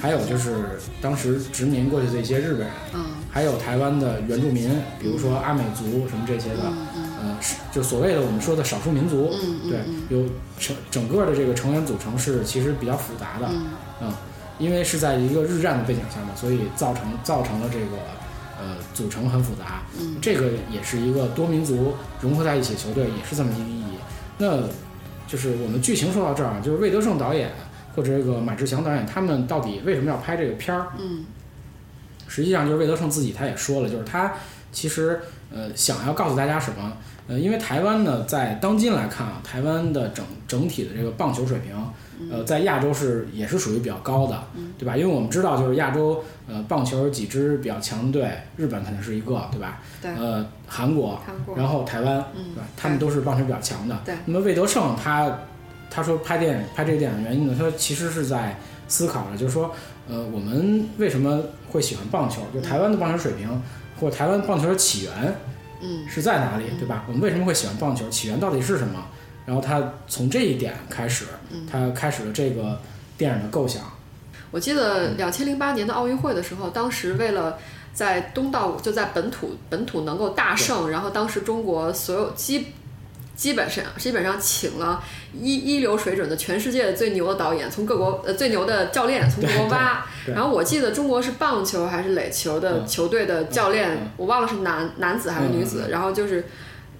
[SPEAKER 2] 还有就是当时殖民过去的一些日本人，
[SPEAKER 1] 嗯
[SPEAKER 2] 还有台湾的原住民，比如说阿美族什么这些的，
[SPEAKER 1] 嗯
[SPEAKER 2] 呃，是就所谓的我们说的少数民族，
[SPEAKER 1] 嗯嗯
[SPEAKER 2] 对，有成整个的这个成员组成是其实比较复杂的，
[SPEAKER 1] 嗯
[SPEAKER 2] 嗯，因为是在一个日战的背景下嘛，所以造成造成了这个呃组成很复杂，
[SPEAKER 1] 嗯
[SPEAKER 2] 这个也是一个多民族融合在一起的球队，也是这么一个意义。那就是我们剧情说到这儿，啊就是魏德胜导演或者这个马志强导演，他们到底为什么要拍这个片儿？
[SPEAKER 1] 嗯
[SPEAKER 2] 实际上就是魏德胜自己他也说了，就是他其实呃想要告诉大家什么？呃，因为台湾呢，在当今来看啊，台湾的整整体的这个棒球水平，呃，在亚洲是也是属于比较高的，对吧？因为我们知道，就是亚洲呃棒球有几支比较强的队，日本肯定是一个，对吧？
[SPEAKER 1] 对
[SPEAKER 2] 呃，韩国，
[SPEAKER 1] 看过，
[SPEAKER 2] 然后台湾，
[SPEAKER 1] 嗯
[SPEAKER 2] 对吧？他们都是棒球比较强的。
[SPEAKER 1] 对
[SPEAKER 2] 那么魏德胜他他说拍电影拍这个电影的原因呢，他其实是在思考着，就是说，呃，我们为什么会喜欢棒球？就台湾的棒球水平，或者台湾棒球的起源
[SPEAKER 1] 嗯
[SPEAKER 2] 是在哪里，对吧？我们为什么会喜欢棒球？起源到底是什么？然后他从这一点开始，
[SPEAKER 1] 嗯
[SPEAKER 2] 他开始了这个电影的构想。
[SPEAKER 1] 我记得两千零八年的奥运会的时候，当时为了在东道就在本土本土能够大胜，然后当时中国所有基基本上基本上请了一一流水准的全世界最牛的导演，从各国呃最牛的教练从各国挖。
[SPEAKER 2] 对对
[SPEAKER 1] 然后我记得中国是棒球还是垒球的
[SPEAKER 2] 嗯
[SPEAKER 1] 球队的教练，
[SPEAKER 2] 嗯
[SPEAKER 1] 我忘了是男男子还是女子，
[SPEAKER 2] 嗯嗯
[SPEAKER 1] 然后就是。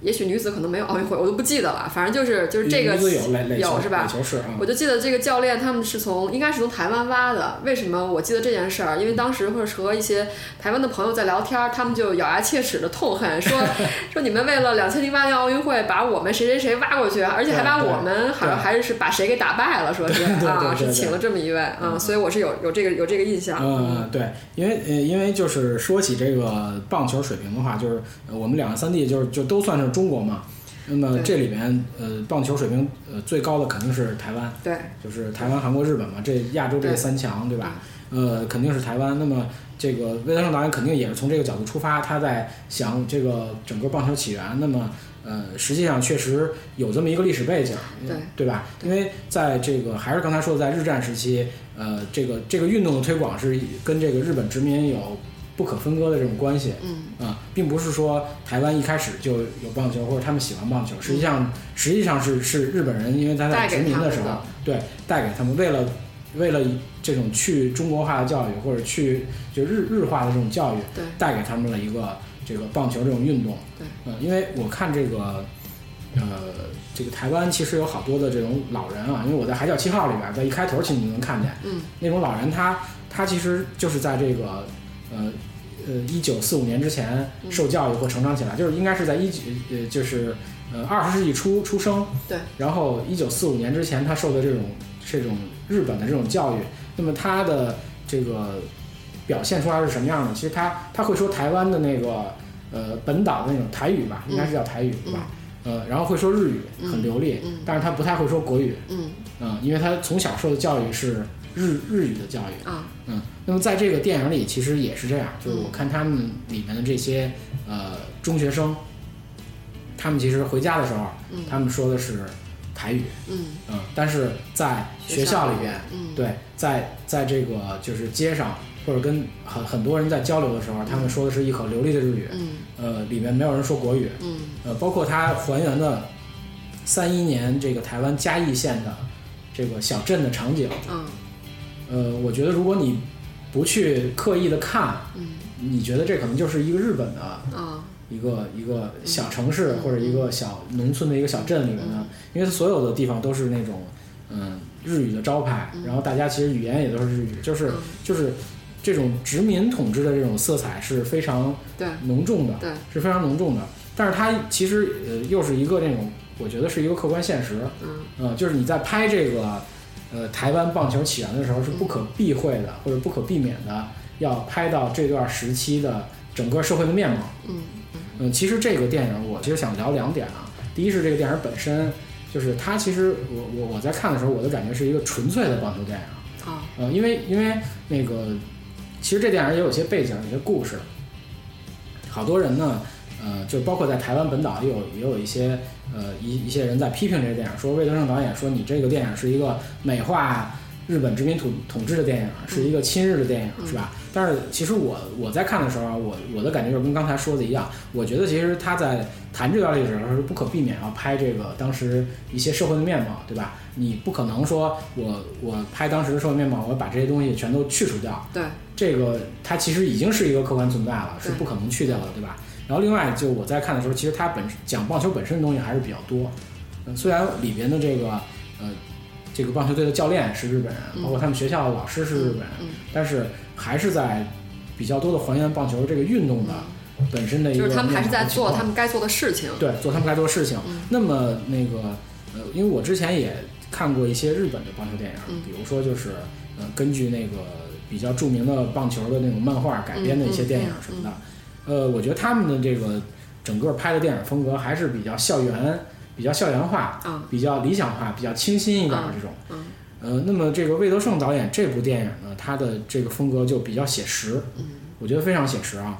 [SPEAKER 1] 也许女子可能没有奥运会，我都不记得了。反正就是就是这个
[SPEAKER 2] 女子有垒垒球
[SPEAKER 1] 有是吧
[SPEAKER 2] 垒？球是啊，
[SPEAKER 1] 我就记得这个教练他们是从应该是从台湾挖的，为什么我记得这件事儿？因为当时会和一些台湾的朋友在聊天儿，他们就咬牙切齿的痛恨 说说你们为了两千零八年奥运会把我们谁谁谁挖过去，而且还把
[SPEAKER 2] 对对
[SPEAKER 1] 我们好像
[SPEAKER 2] 对
[SPEAKER 1] 还是把谁给打败了，说是
[SPEAKER 2] 对对
[SPEAKER 1] 啊
[SPEAKER 2] 对对
[SPEAKER 1] 是请了这么一位啊，所以我是有有这个有这个印象，
[SPEAKER 2] 嗯，对，因为呃，因为就是说起这个棒球水平的话，就是呃我们两个三地就是就都算是中国嘛。那么
[SPEAKER 1] 对
[SPEAKER 2] 这里边呃，棒球水平呃最高的肯定是台湾，
[SPEAKER 1] 对，
[SPEAKER 2] 就是台湾、韩国、日本嘛，这亚洲这
[SPEAKER 1] 对
[SPEAKER 2] 三强对吧？呃，肯定是台湾。那么这个魏德胜导演肯定也是从这个角度出发，他在想这个整个棒球起源。那么呃，实际上确实有这么一个历史背景，
[SPEAKER 1] 对
[SPEAKER 2] 对吧？因为在这个还是刚才说的，在日战时期，呃，这个这个运动的推广是跟这个日本殖民有不可分割的这种关系。
[SPEAKER 1] 嗯
[SPEAKER 2] 啊、并不是说台湾一开始就有棒球，或者他们喜欢棒球，实际上实际上是是日本人，因为他
[SPEAKER 1] 嗯
[SPEAKER 2] 在
[SPEAKER 1] 带
[SPEAKER 2] 殖
[SPEAKER 1] 给
[SPEAKER 2] 民
[SPEAKER 1] 他
[SPEAKER 2] 的
[SPEAKER 1] 们
[SPEAKER 2] 时候
[SPEAKER 1] 的，
[SPEAKER 2] 对带给他们为了为了这种去中国化的教育，或者去就日日化的这种教育，
[SPEAKER 1] 对
[SPEAKER 2] 带给他们了一个这个棒球这种运动。
[SPEAKER 1] 对，
[SPEAKER 2] 嗯、因为我看这个。呃，这个台湾其实有好多的这种老人啊，因为我在《海角七号》里边，在一开头其实你能看见，
[SPEAKER 1] 嗯
[SPEAKER 2] 那种老人他，他其实就是在这个呃呃一九四五年之前
[SPEAKER 1] 嗯
[SPEAKER 2] 受教育或成长起来，就是应该是在一九呃就是呃二十世纪初出生，
[SPEAKER 1] 对，
[SPEAKER 2] 然后一九四五年之前他受的这种这种日本的这种教育，那么他的这个表现出来是什么样的？其实他他会说台湾的那个呃本岛的那种台语吧，应该是叫台语、对吧？呃，然后会说日语很流利，
[SPEAKER 1] 嗯嗯嗯
[SPEAKER 2] 但是他不太会说国语，
[SPEAKER 1] 嗯
[SPEAKER 2] 嗯，因为他从小受的教育是日日语的教育，
[SPEAKER 1] 啊
[SPEAKER 2] 嗯，那么在这个电影里其实也是这样，就是我看他们里面的这些呃中学生，他们其实回家的时候，
[SPEAKER 1] 嗯
[SPEAKER 2] 他们说的是台语，
[SPEAKER 1] 嗯
[SPEAKER 2] 嗯，但是在学校里边，
[SPEAKER 1] 嗯
[SPEAKER 2] 对，在在这个就是街上或者跟很很多人在交流的时候，他们说的是一口流利的日语，
[SPEAKER 1] 嗯
[SPEAKER 2] 呃，里面没有人说国语，
[SPEAKER 1] 嗯
[SPEAKER 2] 呃，包括它还原的三一年这个台湾嘉义县的这个小镇的场景，
[SPEAKER 1] 啊
[SPEAKER 2] 呃，我觉得如果你不去刻意的看，
[SPEAKER 1] 嗯
[SPEAKER 2] 你觉得这可能就是一个日本的
[SPEAKER 1] 啊
[SPEAKER 2] 一个一个小城市或者一个小农村的一个小镇里面的，因为它所有的地方都是那种嗯日语的招牌，然后大家其实语言也都是日语，就是
[SPEAKER 1] 嗯
[SPEAKER 2] 就是这种殖民统治的这种色彩是非常
[SPEAKER 1] 对
[SPEAKER 2] 浓重的，
[SPEAKER 1] 对
[SPEAKER 2] 是非常浓重的。但是它其实呃又是一个那种，我觉得是一个客观现实，
[SPEAKER 1] 嗯
[SPEAKER 2] 呃，就是你在拍这个呃台湾棒球起源的时候是不可避讳的，或者不可避免的要拍到这段时期的整个社会的面貌。
[SPEAKER 1] 嗯
[SPEAKER 2] 嗯，其实这个电影我其实想聊两点啊。第一是这个电影本身，就是它其实我我我在看的时候，我的感觉是一个纯粹的棒球电影。
[SPEAKER 1] 啊，
[SPEAKER 2] 呃，因为因为那个，其实这电影也有些背景，有些故事。好多人呢，呃，就包括在台湾本岛也有也有一些呃一一些人在批评这个电影，说魏德圣导演说你这个电影是一个美化日本殖民统统治的电影，是一个亲日的电影，是吧？但是其实我我在看的时候啊，我我的感觉就跟刚才说的一样，我觉得其实他在谈这段历史的时候是不可避免要拍这个当时一些社会的面貌，对吧？你不可能说我我拍当时的社会面貌，我把这些东西全都去除掉，
[SPEAKER 1] 对，
[SPEAKER 2] 这个它其实已经是一个客观存在了，是不可能去掉的，对吧？然后另外就我在看的时候，其实它本讲棒球本身的东西还是比较多，嗯，虽然里边的这个呃这个棒球队的教练是日本人，
[SPEAKER 1] 嗯
[SPEAKER 2] 包括他们学校的老师是日本人，
[SPEAKER 1] 嗯
[SPEAKER 2] 但是还是在比较多的还原棒球这个运动的本身的一
[SPEAKER 1] 就
[SPEAKER 2] 个
[SPEAKER 1] 是他们还是在
[SPEAKER 2] 面貌
[SPEAKER 1] 做
[SPEAKER 2] 和情况
[SPEAKER 1] 他们该做的事情。
[SPEAKER 2] 对做他们该做的事情。
[SPEAKER 1] 嗯
[SPEAKER 2] 那么那个呃，因为我之前也看过一些日本的棒球电影，
[SPEAKER 1] 嗯
[SPEAKER 2] 比如说就是呃，根据那个比较著名的棒球的那种漫画改编的一些电
[SPEAKER 1] 嗯
[SPEAKER 2] 影什么的，呃，我觉得他们的这个整个拍的电影风格还是比较校园、比较校园化、
[SPEAKER 1] 啊，
[SPEAKER 2] 比较理想化、比较清新一点的这种。
[SPEAKER 1] 嗯
[SPEAKER 2] 呃，那么这个魏德圣导演这部电影呢，他的这个风格就比较写实，
[SPEAKER 1] 嗯
[SPEAKER 2] 我觉得非常写实啊，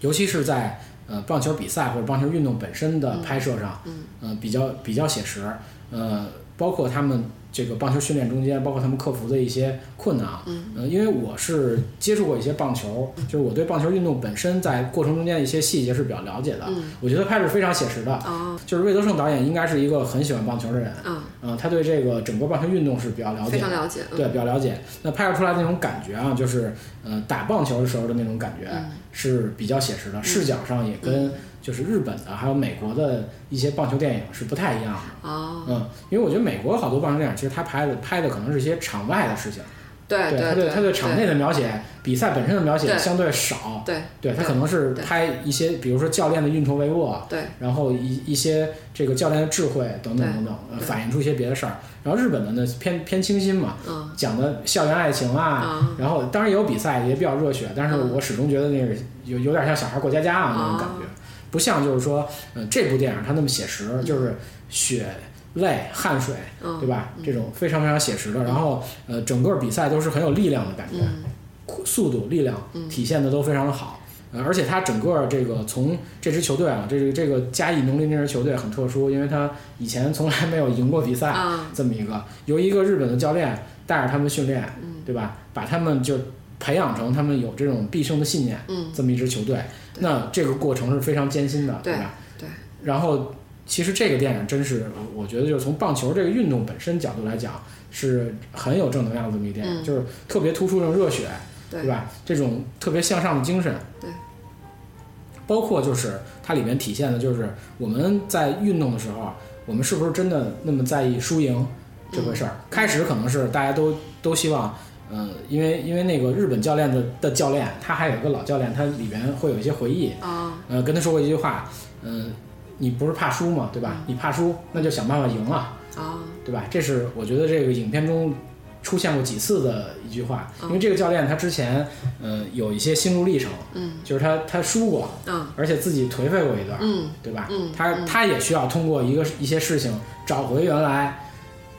[SPEAKER 2] 尤其是在呃棒球比赛或者棒球运动本身的拍摄上，
[SPEAKER 1] 嗯
[SPEAKER 2] 呃比较比较写实，呃，包括他们这个棒球训练中间，包括他们克服的一些困难啊，
[SPEAKER 1] 嗯
[SPEAKER 2] 呃，因为我是接触过一些棒球，就是我对棒球运动本身在过程中间的一些细节是比较了解的，
[SPEAKER 1] 嗯
[SPEAKER 2] 我觉得拍是非常写实的，
[SPEAKER 1] 啊
[SPEAKER 2] 就是魏德圣导演应该是一个很喜欢棒球的人，
[SPEAKER 1] 啊，
[SPEAKER 2] 嗯、他对这个整个棒球运动是比较了
[SPEAKER 1] 非
[SPEAKER 2] 解
[SPEAKER 1] 常
[SPEAKER 2] 的。
[SPEAKER 1] 了解。嗯
[SPEAKER 2] 对，比较了解。那拍摄出来的那种感觉啊，就是呃打棒球的时候的那种感觉
[SPEAKER 1] 嗯
[SPEAKER 2] 是比较写实的，视角上也跟就是日本的还有美国的一些棒球电影是不太一样的。
[SPEAKER 1] 啊，
[SPEAKER 2] 嗯，因为我觉得美国好多棒球电影，其实他拍的拍的可能是一些场外的事情，
[SPEAKER 1] 对
[SPEAKER 2] 他对
[SPEAKER 1] 对，
[SPEAKER 2] 他对场内的描写、比赛本身的描写
[SPEAKER 1] 对
[SPEAKER 2] 相对少，
[SPEAKER 1] 对
[SPEAKER 2] 对他
[SPEAKER 1] 对
[SPEAKER 2] 可能是
[SPEAKER 1] 对
[SPEAKER 2] 拍一些，比如说教练的运筹帷幄，啊
[SPEAKER 1] 对
[SPEAKER 2] 然后一一些这个教练的智慧等等
[SPEAKER 1] 对
[SPEAKER 2] 等等，呃
[SPEAKER 1] 对
[SPEAKER 2] 反映出一些别的事儿。然后日本的呢偏偏清新嘛，
[SPEAKER 1] 嗯
[SPEAKER 2] 讲的校园爱情啊，
[SPEAKER 1] 啊
[SPEAKER 2] 然后当然也有比赛，也比较热血，但是
[SPEAKER 1] 嗯
[SPEAKER 2] 我始终觉得那个有有点像小孩过家家啊那种感觉，不像就是说，呃，这部电影它那么写实，就是血泪汗水，
[SPEAKER 1] 嗯
[SPEAKER 2] 对吧？这种非常非常写实的，然后呃，整个比赛都是很有力量的感觉，
[SPEAKER 1] 嗯
[SPEAKER 2] 速度、力量体现的都非常的好。呃，而且他整个这个从这支球队啊，这个这个嘉义农林这支球队很特殊，因为他以前从来没有赢过比赛，
[SPEAKER 1] 啊
[SPEAKER 2] 这么一个由一个日本的教练带着他们训练，
[SPEAKER 1] 嗯
[SPEAKER 2] 对吧？把他们就培养成他们有这种必胜的信念，
[SPEAKER 1] 嗯
[SPEAKER 2] 这么一支球队。
[SPEAKER 1] 对
[SPEAKER 2] 那这个过程是非常艰辛的，
[SPEAKER 1] 对
[SPEAKER 2] 吧？
[SPEAKER 1] 对。
[SPEAKER 2] 然后，其实这个电影真是，我我觉得就是从棒球这个运动本身角度来讲，是很有正能量的这么一电影，
[SPEAKER 1] 嗯
[SPEAKER 2] 就是特别突出这种热血，
[SPEAKER 1] 对
[SPEAKER 2] 对吧？这种特别向上的精神，
[SPEAKER 1] 对。
[SPEAKER 2] 包括就是它里面体现的，就是我们在运动的时候啊，我们是不是真的那么在意输赢这回事
[SPEAKER 1] 嗯
[SPEAKER 2] 儿？开始可能是大家都都希望，呃，因为因为那个日本教练的的教练，他还有一个老教练，他里边会有一些回忆，
[SPEAKER 1] 啊
[SPEAKER 2] 呃，跟他说过一句话，嗯、你不是怕输嘛，对
[SPEAKER 1] 嗯
[SPEAKER 2] 吧？你怕输，那就想办法赢啊。
[SPEAKER 1] 啊
[SPEAKER 2] 对吧？这是我觉得这个影片中出现过几次的一句话，因为这个教练他之前呃有一些心路历程，
[SPEAKER 1] 嗯
[SPEAKER 2] 就是他他输过，
[SPEAKER 1] 啊
[SPEAKER 2] 而且自己颓废过一段，
[SPEAKER 1] 嗯
[SPEAKER 2] 对吧？
[SPEAKER 1] 嗯
[SPEAKER 2] 他他也需要通过一个一些事情找回原来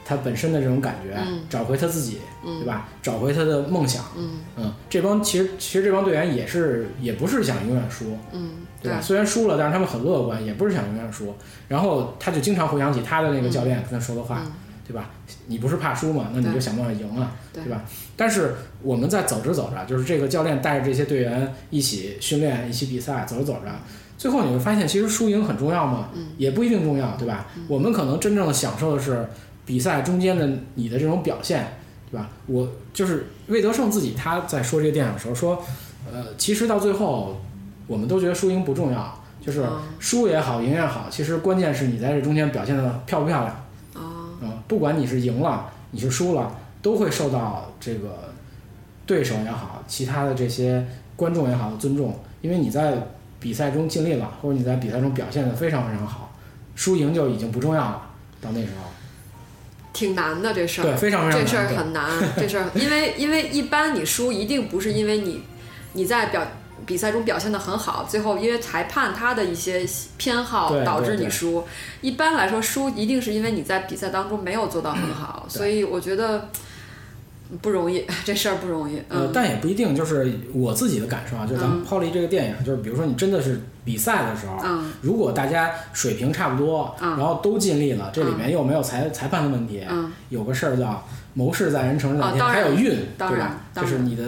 [SPEAKER 2] 他本身的这种感觉，
[SPEAKER 1] 嗯
[SPEAKER 2] 找回他自己，
[SPEAKER 1] 嗯
[SPEAKER 2] 对吧？找回他的梦想。
[SPEAKER 1] 嗯
[SPEAKER 2] 嗯，这帮其实其实这帮队员也是也不是想永远输，
[SPEAKER 1] 嗯，对
[SPEAKER 2] 对吧？虽然输了，但是他们很乐观，也不是想永远输。然后他就经常回想起他的那个教练跟他说的话，
[SPEAKER 1] 嗯
[SPEAKER 2] 对吧？你不是怕输嘛，那你
[SPEAKER 1] 对
[SPEAKER 2] 就想办法赢啊，对
[SPEAKER 1] 对
[SPEAKER 2] 吧？但是我们在走着走着，就是这个教练带着这些队员一起训练、一起比赛，走着走着，最后你会发现，其实输赢很重要吗？
[SPEAKER 1] 嗯
[SPEAKER 2] 也不一定重要，对吧？我们可能真正的享受的是比赛中间的你的这种表现，对吧？我就是魏德胜自己他在说这个电影的时候说，呃，其实到最后我们都觉得输赢不重要，就是
[SPEAKER 1] 嗯
[SPEAKER 2] 输也好，赢也好，其实关键是你在这中间表现的漂不漂亮。
[SPEAKER 1] 啊
[SPEAKER 2] 嗯，不管你是赢了，你是输了，都会受到这个对手也好，其他的这些观众也好的尊重，因为你在比赛中尽力了，或者你在比赛中表现的非常非常好，输赢就已经不重要了。到那时候，
[SPEAKER 1] 挺难的这事儿，
[SPEAKER 2] 对非常非常
[SPEAKER 1] 这事儿
[SPEAKER 2] 难对
[SPEAKER 1] 很难，这事儿因为因为一般你输一定不是因为你你在表比赛中表现的很好，最后因为裁判他的一些偏好
[SPEAKER 2] 对
[SPEAKER 1] 导致
[SPEAKER 2] 对
[SPEAKER 1] 你
[SPEAKER 2] 对
[SPEAKER 1] 输。一般来说，输一定是因为你在比赛当中没有做到很好，所以我觉得嗯不容易， 这事儿不容易。
[SPEAKER 2] 呃
[SPEAKER 1] 嗯，，
[SPEAKER 2] 但也不一定，就是我自己的感受啊，就是咱们抛离这个电影，就是比如说你真的是比赛的时候，
[SPEAKER 1] 嗯
[SPEAKER 2] 如果大家水平差不多，
[SPEAKER 1] 嗯
[SPEAKER 2] 然后都尽力了，这里面又没有裁裁判的问题，
[SPEAKER 1] 嗯
[SPEAKER 2] 有个事儿叫谋事在人，成事在
[SPEAKER 1] 啊
[SPEAKER 2] 天，
[SPEAKER 1] 当然
[SPEAKER 2] 还有运，
[SPEAKER 1] 当
[SPEAKER 2] 对
[SPEAKER 1] 然
[SPEAKER 2] 吧？
[SPEAKER 1] 当
[SPEAKER 2] 就
[SPEAKER 1] 然
[SPEAKER 2] 是你的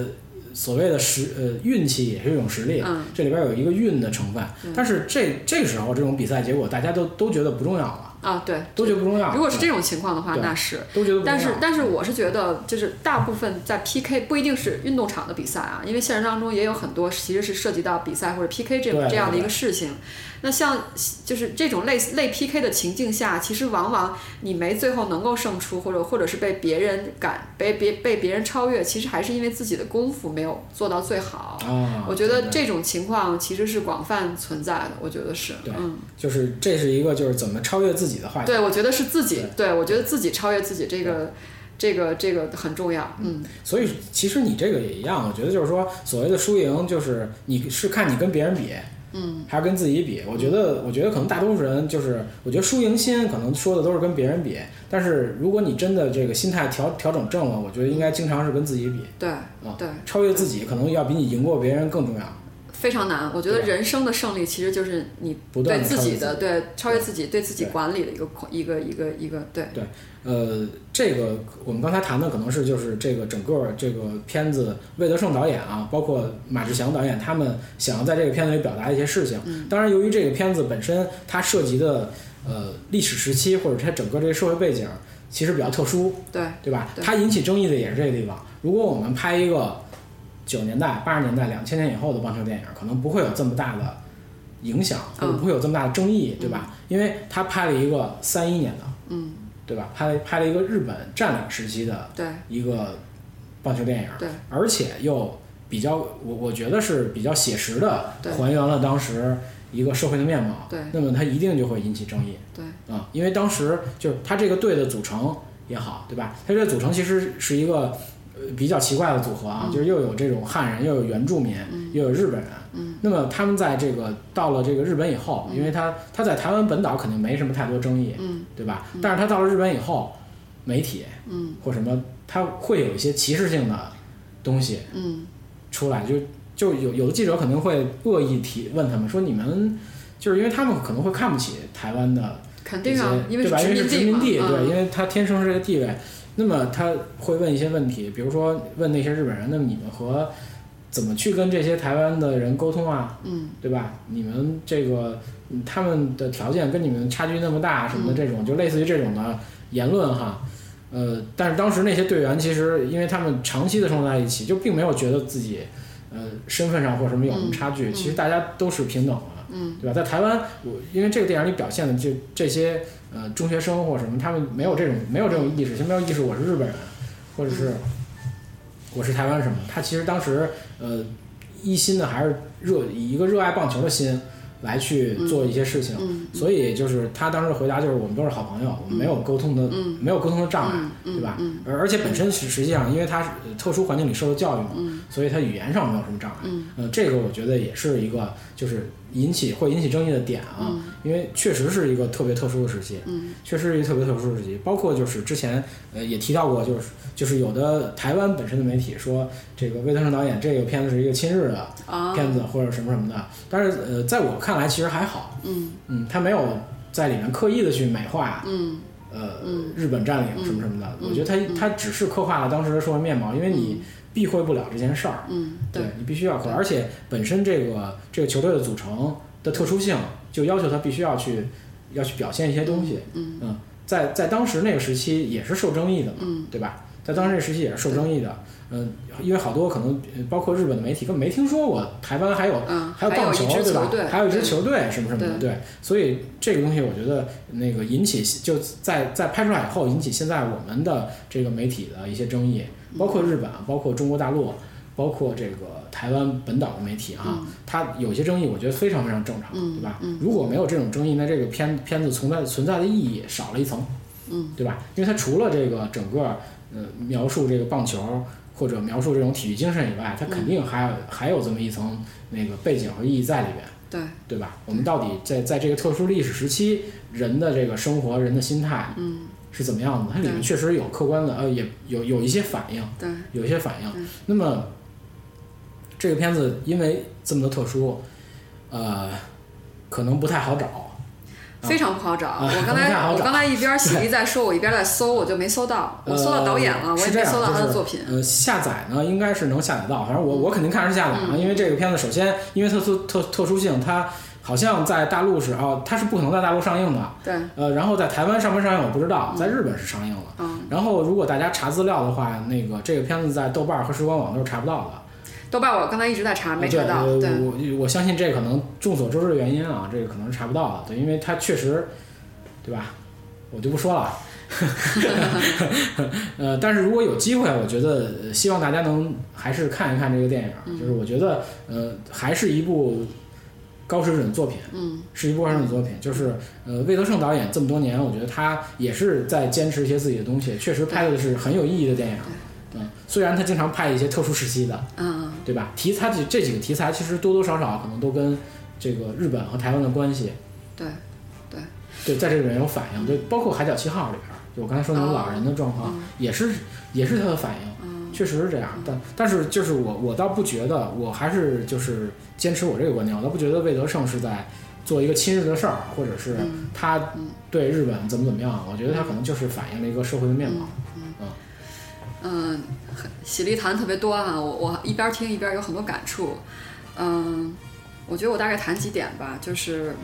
[SPEAKER 2] 所谓的实呃运气也是一种实力，
[SPEAKER 1] 嗯
[SPEAKER 2] 这里边有一个运的成分，但是这这个时候这种比赛结果大家都都觉得不重要了，
[SPEAKER 1] 啊，对，
[SPEAKER 2] 都觉得不重要了，
[SPEAKER 1] 如果是这种情况的话，
[SPEAKER 2] 对
[SPEAKER 1] 那是。
[SPEAKER 2] 都觉得不重要，
[SPEAKER 1] 但是，但是我是觉得，就是大部分在 PK 不一定是运动场的比赛啊，因为现实当中也有很多其实是涉及到比赛或者 PK 这
[SPEAKER 2] 对
[SPEAKER 1] 这样的
[SPEAKER 2] 对
[SPEAKER 1] 一个事情。那像就是这种类似类 PK 的情境下，其实往往你没最后能够胜出，或者或者是被别人赶被别被别人超越，其实还是因为自己的功夫没有做到最好。
[SPEAKER 2] 啊，
[SPEAKER 1] 我觉得
[SPEAKER 2] 对
[SPEAKER 1] 这种情况其实是广泛存在的，我觉得是，
[SPEAKER 2] 对
[SPEAKER 1] 嗯，
[SPEAKER 2] 就是这是一个就是怎么超越自己的话题。
[SPEAKER 1] 对，我觉得是自己，对我觉得自己超越自己这个。这个这个很重要，嗯，
[SPEAKER 2] 所以其实你这个也一样，我觉得就是说，所谓的输赢，就是你是看你跟别人比，嗯，还是跟自己比。我觉得，我觉得可能大多数人就是，我觉得输赢心可能说的都是跟别人比，但是如果你真的这个心态调调整正了，我觉得应该经常是跟自己比，
[SPEAKER 1] 对
[SPEAKER 2] 啊
[SPEAKER 1] 对，
[SPEAKER 2] 超越自己可能要比你赢过别人更重要。
[SPEAKER 1] 非常难。我觉得
[SPEAKER 2] 对吧
[SPEAKER 1] 人生的胜利其实就是你
[SPEAKER 2] 不断
[SPEAKER 1] 对
[SPEAKER 2] 地
[SPEAKER 1] 自
[SPEAKER 2] 超越
[SPEAKER 1] 己
[SPEAKER 2] 自
[SPEAKER 1] 的对超越自己对自己管理的一个控一个一个一个对
[SPEAKER 2] 呃，这个我们刚才谈的可能是就是这个整个这个片子魏德圣导演啊，包括马志祥导演他们想要在这个片子里表达一些事情。当然，由于这个片子本身它涉及的呃历史时期或者它整个这个社会背景其实比较特殊，
[SPEAKER 1] 对
[SPEAKER 2] 对吧？
[SPEAKER 1] 对
[SPEAKER 2] 它引起争议的也是这个地方。如果我们拍一个九十年代、八十年代、两千年以后的棒球电影，可能不会有这么大的影响，或者
[SPEAKER 1] 嗯
[SPEAKER 2] 不会有这么大的争议，对吧？因为他拍了一个三一年的，嗯，对吧？拍了拍了一个日本占领时期的
[SPEAKER 1] 对
[SPEAKER 2] 一个棒球电影，
[SPEAKER 1] 对，
[SPEAKER 2] 而且又比较，我我觉得是比较写实的
[SPEAKER 1] 对
[SPEAKER 2] 还原了当时一个社会的面貌，
[SPEAKER 1] 对
[SPEAKER 2] 那么它一定就会引起争议。
[SPEAKER 1] 对
[SPEAKER 2] 啊、因为当时就是他这个队的组成也好，对吧？他这个组成其实是一个呃比较奇怪的组合啊，就是又有这种汉人，又有原住民，又有日本人。嗯，那么他们在这个到了这个日本以后，因为他他在台湾本岛肯定没什么太多争议，
[SPEAKER 1] 嗯，
[SPEAKER 2] 对吧？但是他到了日本以后，媒体，嗯，或什么，他会有一些歧视性的东西
[SPEAKER 1] 嗯
[SPEAKER 2] 出来，就就有有的记者可能会恶意提问他们说你们。就是因为他们可能会看不起台湾的
[SPEAKER 1] 肯
[SPEAKER 2] 这
[SPEAKER 1] 定
[SPEAKER 2] 些
[SPEAKER 1] 啊，因为
[SPEAKER 2] 对吧？因为是殖
[SPEAKER 1] 民
[SPEAKER 2] 民
[SPEAKER 1] 地
[SPEAKER 2] 地，
[SPEAKER 1] 嘛，
[SPEAKER 2] 对，
[SPEAKER 1] 嗯
[SPEAKER 2] 因为他天生是这个地位。那么他会问一些问题，比如说问那些日本人，那么你们和怎么去跟这些台湾的人沟通啊？
[SPEAKER 1] 嗯，
[SPEAKER 2] 对吧？你们这个嗯他们的条件跟你们差距那么大，什么
[SPEAKER 1] 嗯
[SPEAKER 2] 的这种，就类似于这种的言论哈。呃，但是当时那些队员其实，因为他们长期的生活在一起，就并没有觉得自己呃身份上或什么有什么
[SPEAKER 1] 嗯
[SPEAKER 2] 差距，其实大家都是平等的，嗯，对吧？在台湾，我因为这个电影里表现的就这些呃中学生或什么，他们没有这种没有这种意识，先没有意识我是日本人，或者是我是台湾什么，他其实当时呃一心的还是热以一个热爱棒球的心来去做一些事情，
[SPEAKER 1] 嗯
[SPEAKER 2] 所以就是他当时的回答就是我们都是好朋友，我们没有沟通的、
[SPEAKER 1] 嗯
[SPEAKER 2] 没有沟通的呃障碍，
[SPEAKER 1] 嗯嗯
[SPEAKER 2] 对吧
[SPEAKER 1] 嗯？
[SPEAKER 2] 而而且本身实实际上因为他是呃特殊环境里受的教育嘛，
[SPEAKER 1] 嗯
[SPEAKER 2] 所以他语言上没有什么障碍。
[SPEAKER 1] 嗯
[SPEAKER 2] 呃，这个我觉得也是一个就是引起会引起争议的点啊，
[SPEAKER 1] 嗯
[SPEAKER 2] 因为确实是一个特别特殊的时期，
[SPEAKER 1] 嗯
[SPEAKER 2] 确实是一个特别特殊的时期。包括就是之前呃也提到过，就是就是有的台湾本身的媒体说这个魏德圣导演这个片子是一个亲日的
[SPEAKER 1] 啊
[SPEAKER 2] 片子或者什么什么的，但是呃在我看来其实还好，
[SPEAKER 1] 嗯
[SPEAKER 2] 嗯，他没有在里面刻意的去美化。
[SPEAKER 1] 嗯
[SPEAKER 2] 呃，
[SPEAKER 1] 嗯
[SPEAKER 2] 日本占领什么什么的，
[SPEAKER 1] 嗯
[SPEAKER 2] 我觉得他、他只是刻画了当时的社会面貌，因为你避讳不了这件事儿，
[SPEAKER 1] 嗯
[SPEAKER 2] 对
[SPEAKER 1] 对
[SPEAKER 2] 你必须要扣，
[SPEAKER 1] 对
[SPEAKER 2] 而且本身这个这个球队的组成的特殊性，就要求他必须要去要去表现一些东西。
[SPEAKER 1] 嗯
[SPEAKER 2] 在在当时那个时期也是受争议的嘛，
[SPEAKER 1] 嗯
[SPEAKER 2] 对吧？在当时那个时期也是受争议的。嗯，因为好多可能呃包括日本的媒体根本没听说过台湾还有
[SPEAKER 1] 嗯，
[SPEAKER 2] 还有棒球
[SPEAKER 1] 一支
[SPEAKER 2] 对
[SPEAKER 1] 球
[SPEAKER 2] 吧
[SPEAKER 1] 队，？
[SPEAKER 2] 还有一支球队什么什么的，
[SPEAKER 1] 对
[SPEAKER 2] 对。所以这个东西我觉得那个引起就在在拍出来以后引起现在我们的这个媒体的一些争议，包括日本，啊包括中国大陆，包括这个台湾本岛的媒体啊，它有些争议，我觉得非常非常正常，
[SPEAKER 1] 嗯
[SPEAKER 2] 对吧
[SPEAKER 1] 嗯？
[SPEAKER 2] 如果没有这种争议，那这个片片子存在存在的意义也少了一层。
[SPEAKER 1] 对嗯，
[SPEAKER 2] 对吧？因为它除了这个整个呃描述这个棒球或者描述这种体育精神以外，它肯定还有、还有这么一层那个背景和意义在里边，
[SPEAKER 1] 对，
[SPEAKER 2] 对吧？我们到底在在这个特殊历史时期，人的这个生活、人的心态
[SPEAKER 1] 嗯，
[SPEAKER 2] 是怎么样的？它里面
[SPEAKER 1] 对
[SPEAKER 2] 确实有客观的，呃，也有有一些反应。
[SPEAKER 1] 对，
[SPEAKER 2] 有一些反应
[SPEAKER 1] 嗯。
[SPEAKER 2] 那么这个片子因为这么的特殊，呃，可能不太好找。啊
[SPEAKER 1] 非常不好找。
[SPEAKER 2] 啊
[SPEAKER 1] 我刚
[SPEAKER 2] 不太
[SPEAKER 1] 才
[SPEAKER 2] 好
[SPEAKER 1] 我
[SPEAKER 2] 找
[SPEAKER 1] 刚才一边洗衣在说，我一边在搜，我就没搜到，我搜到导演了，
[SPEAKER 2] 呃
[SPEAKER 1] 我也
[SPEAKER 2] 是这
[SPEAKER 1] 没
[SPEAKER 2] 样
[SPEAKER 1] 搜到他
[SPEAKER 2] 就是
[SPEAKER 1] 的作品。嗯
[SPEAKER 2] 呃，下载呢应该是能下载到，反正我我肯定看是下载了，因为这个片子首先因为特殊特特殊性，它好像在大陆是啊，它是不可能在大陆上映的。
[SPEAKER 1] 对，
[SPEAKER 2] 呃，然后在台湾上没上映我不知道，在日本是上映了。
[SPEAKER 1] 嗯，
[SPEAKER 2] 然后如果大家查资料的话，那个这个片子在豆瓣儿和时光网都是查不到的。
[SPEAKER 1] 豆瓣我刚才一直在查，啊没
[SPEAKER 2] 对，
[SPEAKER 1] 查到。
[SPEAKER 2] 呃
[SPEAKER 1] 对，
[SPEAKER 2] 我我相信这可能众所周知的原因啊，这个可能是查不到的，对，因为它确实，对吧？我就不 说了。 呃，但是如果有机会，我觉得呃希望大家能还是看一看这个电影儿，
[SPEAKER 1] 嗯
[SPEAKER 2] 就是我觉得呃，还是一部高水准的作品，
[SPEAKER 1] 嗯，
[SPEAKER 2] 是一部高水准的作品。就是呃，魏德圣导演这么多年，我觉得他也是在坚持一些自己的东西，确实拍的是很有意义的电影儿。嗯，虽然他经常拍一些特殊时期的，
[SPEAKER 1] 嗯，
[SPEAKER 2] 对吧？题材这这几个题材其实多多少少可能都跟这个日本和台湾的关系，
[SPEAKER 1] 对，
[SPEAKER 2] 对，在这里面有反映，对，包括《海角七号》里边儿，就我刚才说那种老人的状况，也是也是他的反应，
[SPEAKER 1] 嗯，
[SPEAKER 2] 确实是这样。但但是就是我我倒不觉得，我还是就是坚持我这个观点，我倒不觉得魏德胜是在做一个亲日的事儿，或者是
[SPEAKER 1] 嗯
[SPEAKER 2] 他
[SPEAKER 1] 嗯
[SPEAKER 2] 对日本怎么怎么样，我觉得他可能就是反映了一个社会的面貌。
[SPEAKER 1] 嗯，很喜力谈特别多哈、我我一边听一边有很多感触。嗯，我觉得我大概谈几点吧，就是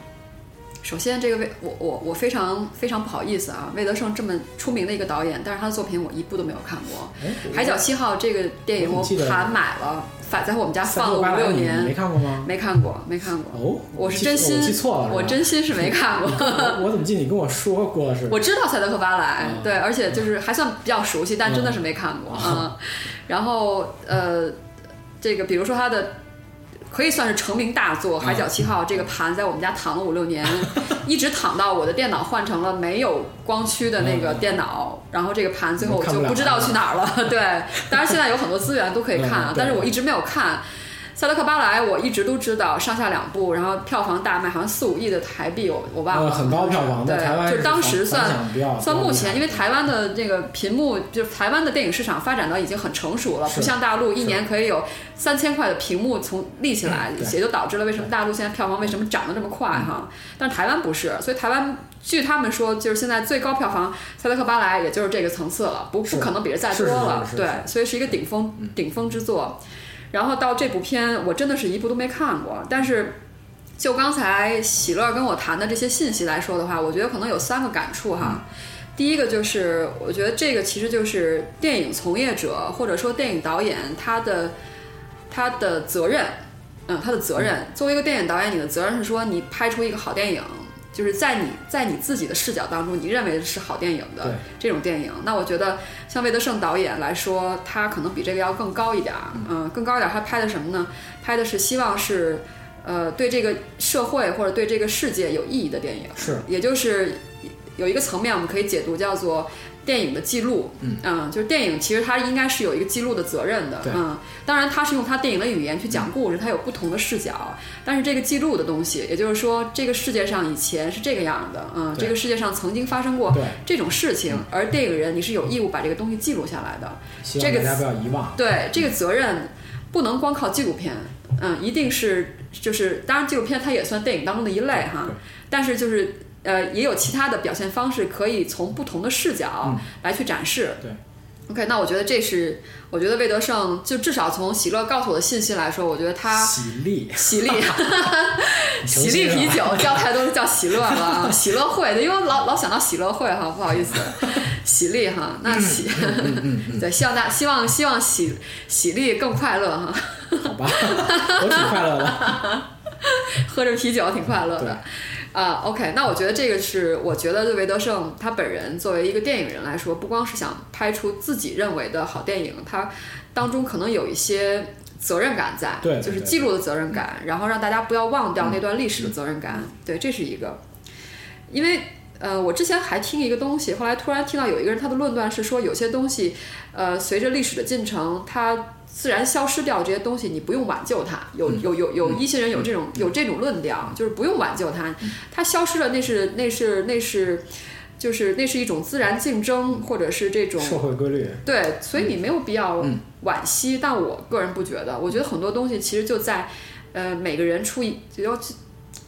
[SPEAKER 1] 首先这个魏我我我非常非常不好意思啊，魏德圣这么出名的一个导演，但是他的作品我一部都没有看过。
[SPEAKER 2] 哎，
[SPEAKER 1] 《海角七号》这个电影
[SPEAKER 2] 我
[SPEAKER 1] 我
[SPEAKER 2] 记得
[SPEAKER 1] 盘买了，反在我们家
[SPEAKER 2] 三
[SPEAKER 1] 放了
[SPEAKER 2] 六八
[SPEAKER 1] 五六
[SPEAKER 2] 你没
[SPEAKER 1] 年，
[SPEAKER 2] 看过吗？
[SPEAKER 1] 没看过，没看过。
[SPEAKER 2] 哦，
[SPEAKER 1] 我是
[SPEAKER 2] 记
[SPEAKER 1] 真
[SPEAKER 2] 错
[SPEAKER 1] 心
[SPEAKER 2] 我记错了，
[SPEAKER 1] 我真心是没看过，
[SPEAKER 2] 我我怎么记得你跟我说过是？
[SPEAKER 1] 我知道塞德克巴莱，
[SPEAKER 2] 嗯
[SPEAKER 1] 对，而且就是还算比较熟悉，但真的是没看过。
[SPEAKER 2] 嗯
[SPEAKER 1] 嗯，然后呃，这个比如说他的。可以算是成名大作，《海角七
[SPEAKER 2] 嗯
[SPEAKER 1] 号》这个盘在我们家躺了五六 年，一直躺到我的电脑换成了没有光驱的那个电脑，然后这个盘最后我
[SPEAKER 2] 嗯看不
[SPEAKER 1] 就
[SPEAKER 2] 了
[SPEAKER 1] 不知道去哪儿了。 对，当然现在有很多资源都可以看
[SPEAKER 2] 嗯
[SPEAKER 1] 啊
[SPEAKER 2] 对，
[SPEAKER 1] 但是我一直没有看。《塞德克巴莱》我一直都知道上下两部，然后票房大卖，好像四五亿的台币，我我忘了，
[SPEAKER 2] 呃，很高票房，
[SPEAKER 1] 对
[SPEAKER 2] 在台湾
[SPEAKER 1] 就是当时
[SPEAKER 2] 反
[SPEAKER 1] 算
[SPEAKER 2] 响比较
[SPEAKER 1] 算目前，因
[SPEAKER 2] 为
[SPEAKER 1] 为台湾的这个屏幕，就是台湾的电影市场发展到已经很成熟了，
[SPEAKER 2] 是
[SPEAKER 1] 不像大陆
[SPEAKER 2] 是
[SPEAKER 1] 一年可以有三千块的屏幕从立起来
[SPEAKER 2] 嗯，对嗯
[SPEAKER 1] 也就导致了为什么大陆现在票房为什么涨得这么快哈。但台湾不是，所以台湾据他们说，就是现在最高票房《塞德克巴莱》也就是这个层次了，不
[SPEAKER 2] 是
[SPEAKER 1] 不可能比这再
[SPEAKER 2] 是
[SPEAKER 1] 多
[SPEAKER 2] 是
[SPEAKER 1] 了
[SPEAKER 2] 是，是嗯
[SPEAKER 1] 对
[SPEAKER 2] 是，
[SPEAKER 1] 所以是一个顶峰顶峰之作。然后到这部片，我真的是一部都没看过，但是。就刚才喜乐跟我谈的这些信息来说的话，我觉得可能有三个感触
[SPEAKER 2] 嗯
[SPEAKER 1] 哈。第一个就是，我觉得这个其实就是电影从业者或者说电影导演他的他的责任，嗯，他的责任。作为一个电影导演，你的责任是说你拍出一个好电影，就是在你在你自己的视角当中，你认为是好电影
[SPEAKER 2] 对
[SPEAKER 1] 的这种电影。那我觉得像魏德圣导演来说，他可能比这个要更高一点儿，嗯，更高一点儿。他拍的什么呢？拍的是希望是。呃，对这个社会或者对这个世界有意义的电影，
[SPEAKER 2] 是
[SPEAKER 1] 也就是有一个层面我们可以解读叫做电影的记录，
[SPEAKER 2] 嗯
[SPEAKER 1] 就是电影其实它应该是有一个记录的责任的
[SPEAKER 2] 对，
[SPEAKER 1] 嗯，当然它是用它电影的语言去讲故事，它有不同的视角，但是这个记录的东西，也就是说这个世界上以前是这个样的，嗯，
[SPEAKER 2] 对
[SPEAKER 1] 这个世界上曾经发生过
[SPEAKER 2] 对，嗯
[SPEAKER 1] 这种事情，而电影人你是有义务把这个东西记录下来的，
[SPEAKER 2] 希望
[SPEAKER 1] 这
[SPEAKER 2] 大
[SPEAKER 1] 个
[SPEAKER 2] 家不要遗忘。
[SPEAKER 1] 对这个责任，不能光靠纪录片，嗯，一定是就是，当然纪录片它也算电影当中的一类哈
[SPEAKER 2] 对，
[SPEAKER 1] 但是就是呃，也有其他的表现方式，可以从不同的视角
[SPEAKER 2] 嗯
[SPEAKER 1] 来去展示。
[SPEAKER 2] 对
[SPEAKER 1] OK，那我觉得这是，我觉得魏德胜就至少从喜乐告诉我的信息来说，我觉得 他
[SPEAKER 2] 喜力，啊
[SPEAKER 1] 喜力啊喜
[SPEAKER 2] 喜
[SPEAKER 1] 力啤酒叫太多叫喜乐了啊，喜乐会，因为我老老想到喜乐会哈，不好意思，喜力哈，那喜， 对，希望大希望希望喜喜力更快乐哈，
[SPEAKER 2] 好吧，我挺快 乐的。
[SPEAKER 1] 喝着啤酒挺快乐
[SPEAKER 2] 对
[SPEAKER 1] 的。啊、o k 那我觉得这个是，我觉得对韦德胜他本人作为一个电影人来说，不光是想拍出自己认为的好电影，他当中可能有一些责任感在，
[SPEAKER 2] 对对
[SPEAKER 1] 就是
[SPEAKER 2] 对嗯
[SPEAKER 1] 记录的责任感，然后让大家不要忘掉那段历史的责任感，对，这是一个。因为呃，我之前还听一个东西，后来突然听到有一个人他的论断是说，有些东西，呃，随着历史的进程，它自然消失掉，这些东西你不用挽救它。有
[SPEAKER 2] 嗯
[SPEAKER 1] 有有有一些人有这种有这种论调，就是不用挽救它，
[SPEAKER 2] 嗯
[SPEAKER 1] 它消失了，那是那是那是，就是那是一种自然竞争，或者是这种
[SPEAKER 2] 社会规律，
[SPEAKER 1] 对，所以你没有必要
[SPEAKER 2] 嗯
[SPEAKER 1] 惋惜，但我个人不觉得。我觉得很多东西其实就在，呃，每个人出一，只要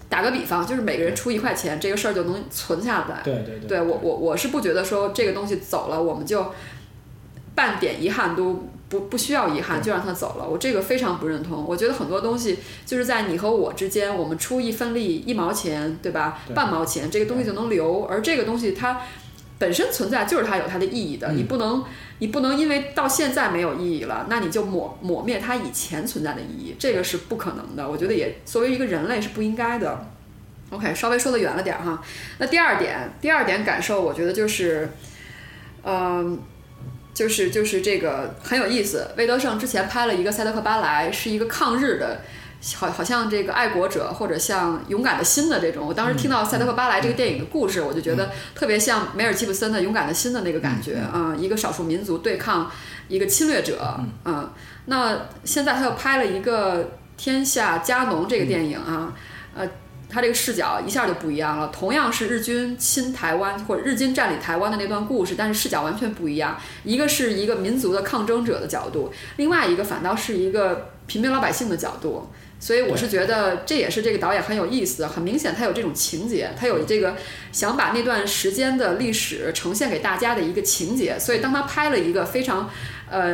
[SPEAKER 1] 打个比方，就是每个人出一块钱，这个事儿就能存下来。
[SPEAKER 2] 对对对
[SPEAKER 1] 对我我我是不觉得说这个东西走了，我们就半点遗憾都不不需要遗憾，就让它走了。我这个非常不认同。我觉得很多东西就是在你和我之间，我们出一分力一毛钱，对吧？
[SPEAKER 2] 对
[SPEAKER 1] 半毛钱这个东西就能留，而这个东西它本身存在就是它有它的意义的，
[SPEAKER 2] 嗯
[SPEAKER 1] 你不能。你不能因为到现在没有意义了，那你就抹抹灭它以前存在的意义，这个是不可能的。我觉得也作为一个人类是不应该的。OK，稍微说的远了点儿哈。那第二点，第二点感受，我觉得就是，嗯、就是就是这个很有意思。魏德胜之前拍了一个《赛德克·巴莱》，是一个抗日的，好好像这个爱国者或者像勇敢的心的这种。我当时听到《赛德克·巴莱》这个电影的故事，我就觉得特别像梅尔吉布森的《勇敢的心》的那个感觉啊、一个少数民族对抗一个侵略者啊、那现在他又拍了一个《天下家农》这个电影啊，呃，他这个视角一下就不一样了。同样是日军侵台湾或者日军占领台湾的那段故事，但是视角完全不一样。一个是一个民族的抗争者的角度，另外一个反倒是一个平民老百姓的角度。所以我是觉得这也是这个导演很有意思的，很明显他有这种情节，他有这个想把那段时间的历史呈现给大家的一个情节。所以当他拍了一个非常呃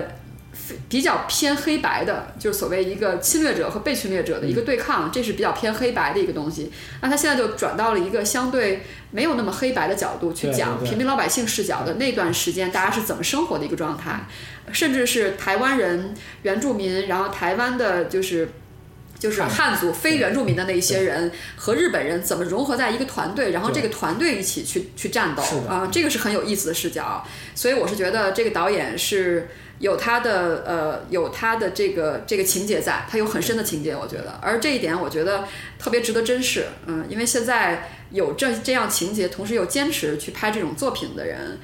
[SPEAKER 1] 非比较偏黑白的，就是所谓一个侵略者和被侵略者的一个
[SPEAKER 2] 嗯
[SPEAKER 1] 对抗，这是比较偏黑白的一个东西。那他现在就转到了一个相对没有那么黑白的角度去
[SPEAKER 2] 对
[SPEAKER 1] 讲
[SPEAKER 2] 对对嗯
[SPEAKER 1] 平民老百姓视角的那段时间，大家是怎么生活的一个状态，甚至是台湾人、原住民，然后台湾的就是。就是
[SPEAKER 2] 汉
[SPEAKER 1] 汉族、非原住民的那一些人和日本人怎么融合在一个团队，然后这个团队一起去去战斗
[SPEAKER 2] 是的
[SPEAKER 1] 啊，这个是很有意思的视角。所以我是觉得这个导演是有他的呃有他的这个这个情节在，他有很深的情节，我觉得。而这一点我觉得特别值得珍视，嗯，因为现在有这这样情节，同时又坚持去拍这种作品的人。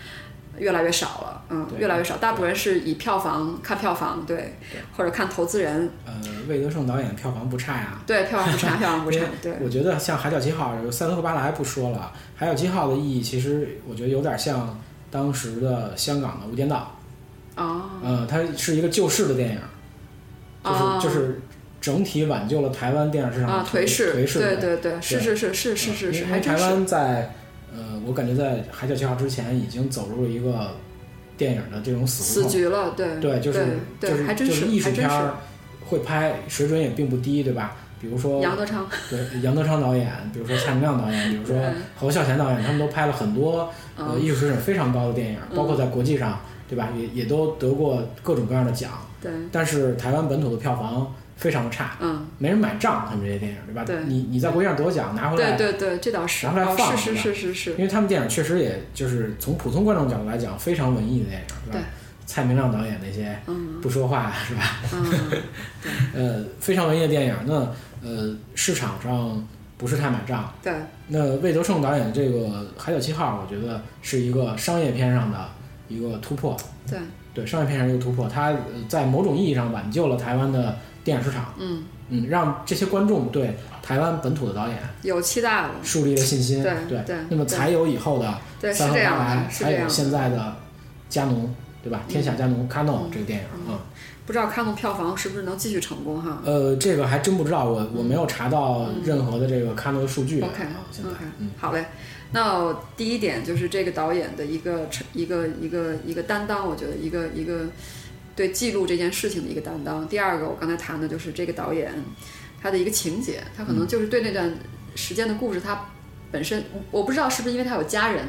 [SPEAKER 1] 越来越少了，嗯，
[SPEAKER 2] 对
[SPEAKER 1] 越来越少。大部分人是以票房看票房，对，或者看投资人，
[SPEAKER 2] 呃，魏德圣导演票房不差呀、
[SPEAKER 1] 对，票房不 差，票房不差，对，
[SPEAKER 2] 我觉得像《海角七号》《三德克巴莱》不说了，《海角七号》的意义其实我觉得有点像当时的香港的《无间道》
[SPEAKER 1] 哦，
[SPEAKER 2] 呃，它是一个救世的电影，就是、
[SPEAKER 1] 啊
[SPEAKER 2] 就是整体挽救了台湾电影市场
[SPEAKER 1] 啊，
[SPEAKER 2] 的
[SPEAKER 1] 颓势，
[SPEAKER 2] 颓势
[SPEAKER 1] 对
[SPEAKER 2] 的电影。
[SPEAKER 1] 对对，是是是是是是是，
[SPEAKER 2] 因
[SPEAKER 1] 还
[SPEAKER 2] 为
[SPEAKER 1] 真
[SPEAKER 2] 台
[SPEAKER 1] 是，
[SPEAKER 2] 湾在呃，我感觉在《海角七号》之前已经走入了一个电影的这种死胡
[SPEAKER 1] 死
[SPEAKER 2] 同，
[SPEAKER 1] 局了，对
[SPEAKER 2] 对，就是
[SPEAKER 1] 对
[SPEAKER 2] 就是
[SPEAKER 1] 还真
[SPEAKER 2] 就是艺术
[SPEAKER 1] 还真
[SPEAKER 2] 片
[SPEAKER 1] 是
[SPEAKER 2] 儿会拍水准也并不低，对吧？比如说
[SPEAKER 1] 杨德昌，
[SPEAKER 2] 对杨德昌导演，比如说蔡明亮导演，比如说
[SPEAKER 1] 对
[SPEAKER 2] 侯孝贤导演，他们都拍了很多呃
[SPEAKER 1] 嗯，
[SPEAKER 2] 艺术水准非常高的电影，
[SPEAKER 1] 嗯
[SPEAKER 2] 包括在国际上，对吧？也也都得过各种各样的奖，
[SPEAKER 1] 对，
[SPEAKER 2] 但是台湾本土的票房非常的差，
[SPEAKER 1] 嗯，
[SPEAKER 2] 没人买账，他们这些电影，对吧？
[SPEAKER 1] 对
[SPEAKER 2] 你你在国际上得奖拿回
[SPEAKER 1] 对
[SPEAKER 2] 来，
[SPEAKER 1] 对对，这倒是，
[SPEAKER 2] 拿出来
[SPEAKER 1] 哦
[SPEAKER 2] 放
[SPEAKER 1] 是
[SPEAKER 2] 是
[SPEAKER 1] 是是是是，
[SPEAKER 2] 因为他们电影确实也就是从普通观众角度来讲非常文艺的电影，对吧？
[SPEAKER 1] 对
[SPEAKER 2] 蔡明亮导演那些
[SPEAKER 1] 嗯
[SPEAKER 2] 不说话是吧？
[SPEAKER 1] 嗯，
[SPEAKER 2] 呃，非常文艺的电影，那呃市场上不是太买账。
[SPEAKER 1] 对，
[SPEAKER 2] 那魏德圣导演这个《海角七号》，我觉得是一个商业片上的一个突破，
[SPEAKER 1] 对，
[SPEAKER 2] 对商业片上一个突破，它呃在某种意义上挽救了台湾的电影市场，
[SPEAKER 1] 嗯，
[SPEAKER 2] 嗯，让这些观众对台湾本土的导演
[SPEAKER 1] 有期待了，
[SPEAKER 2] 树立了信心，
[SPEAKER 1] 对
[SPEAKER 2] 对，
[SPEAKER 1] 对
[SPEAKER 2] 那么才有以后的
[SPEAKER 1] 对，是
[SPEAKER 2] 三号
[SPEAKER 1] 这
[SPEAKER 2] 八
[SPEAKER 1] 样
[SPEAKER 2] 来，
[SPEAKER 1] 的，是
[SPEAKER 2] 才
[SPEAKER 1] 这
[SPEAKER 2] 有
[SPEAKER 1] 样的。嗯
[SPEAKER 2] 现在的加农，对吧？天下加农 Cano 这个电影啊，
[SPEAKER 1] 不知道看动票房是不是能继续成功哈
[SPEAKER 2] 呃，这个还真不知道，我
[SPEAKER 1] 嗯
[SPEAKER 2] 我没有查到任何的这个 Cano 的数据啊
[SPEAKER 1] ？OK，OK，、
[SPEAKER 2] 现在，嗯，
[SPEAKER 1] 好嘞。那我第一点就是这个导演的一个成一个一个一个担当，我觉得一个一个对记录这件事情的一个担当。第二个，我刚才谈的就是这个导演他的一个情节，他可能就是对那段时间的故事，他本身我不知道是不是因为他有家人，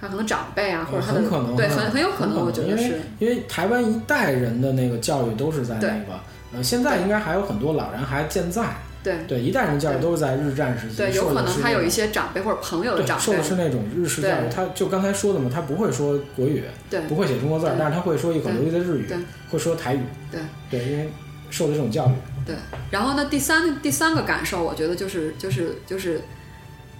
[SPEAKER 1] 他可能长辈啊，或者他的、
[SPEAKER 2] 很可能
[SPEAKER 1] 对
[SPEAKER 2] 啊
[SPEAKER 1] 很很有可
[SPEAKER 2] 很可
[SPEAKER 1] 能，
[SPEAKER 2] 能
[SPEAKER 1] 我觉得是
[SPEAKER 2] 因为台湾一代人的那个教育都是在那个，呃，现在应该还有很多老人还健在，
[SPEAKER 1] 对
[SPEAKER 2] 对，一代人教育都是在日战时期，
[SPEAKER 1] 对，有
[SPEAKER 2] 受
[SPEAKER 1] 可
[SPEAKER 2] 的
[SPEAKER 1] 能
[SPEAKER 2] 是
[SPEAKER 1] 他有一
[SPEAKER 2] 那
[SPEAKER 1] 些长辈或者朋友
[SPEAKER 2] 种
[SPEAKER 1] 的长
[SPEAKER 2] 对，受
[SPEAKER 1] 辈
[SPEAKER 2] 的，是那种日式教育，
[SPEAKER 1] 对
[SPEAKER 2] 他就刚才说的嘛，他不会说国语，
[SPEAKER 1] 对
[SPEAKER 2] 不会写中国字儿，
[SPEAKER 1] 对
[SPEAKER 2] 但是他会说一口流利的日语
[SPEAKER 1] 对，
[SPEAKER 2] 会说台语，
[SPEAKER 1] 对
[SPEAKER 2] 对，因为受的这种教育，
[SPEAKER 1] 对，然后呢，第三第三个感受，我觉得就是就是就是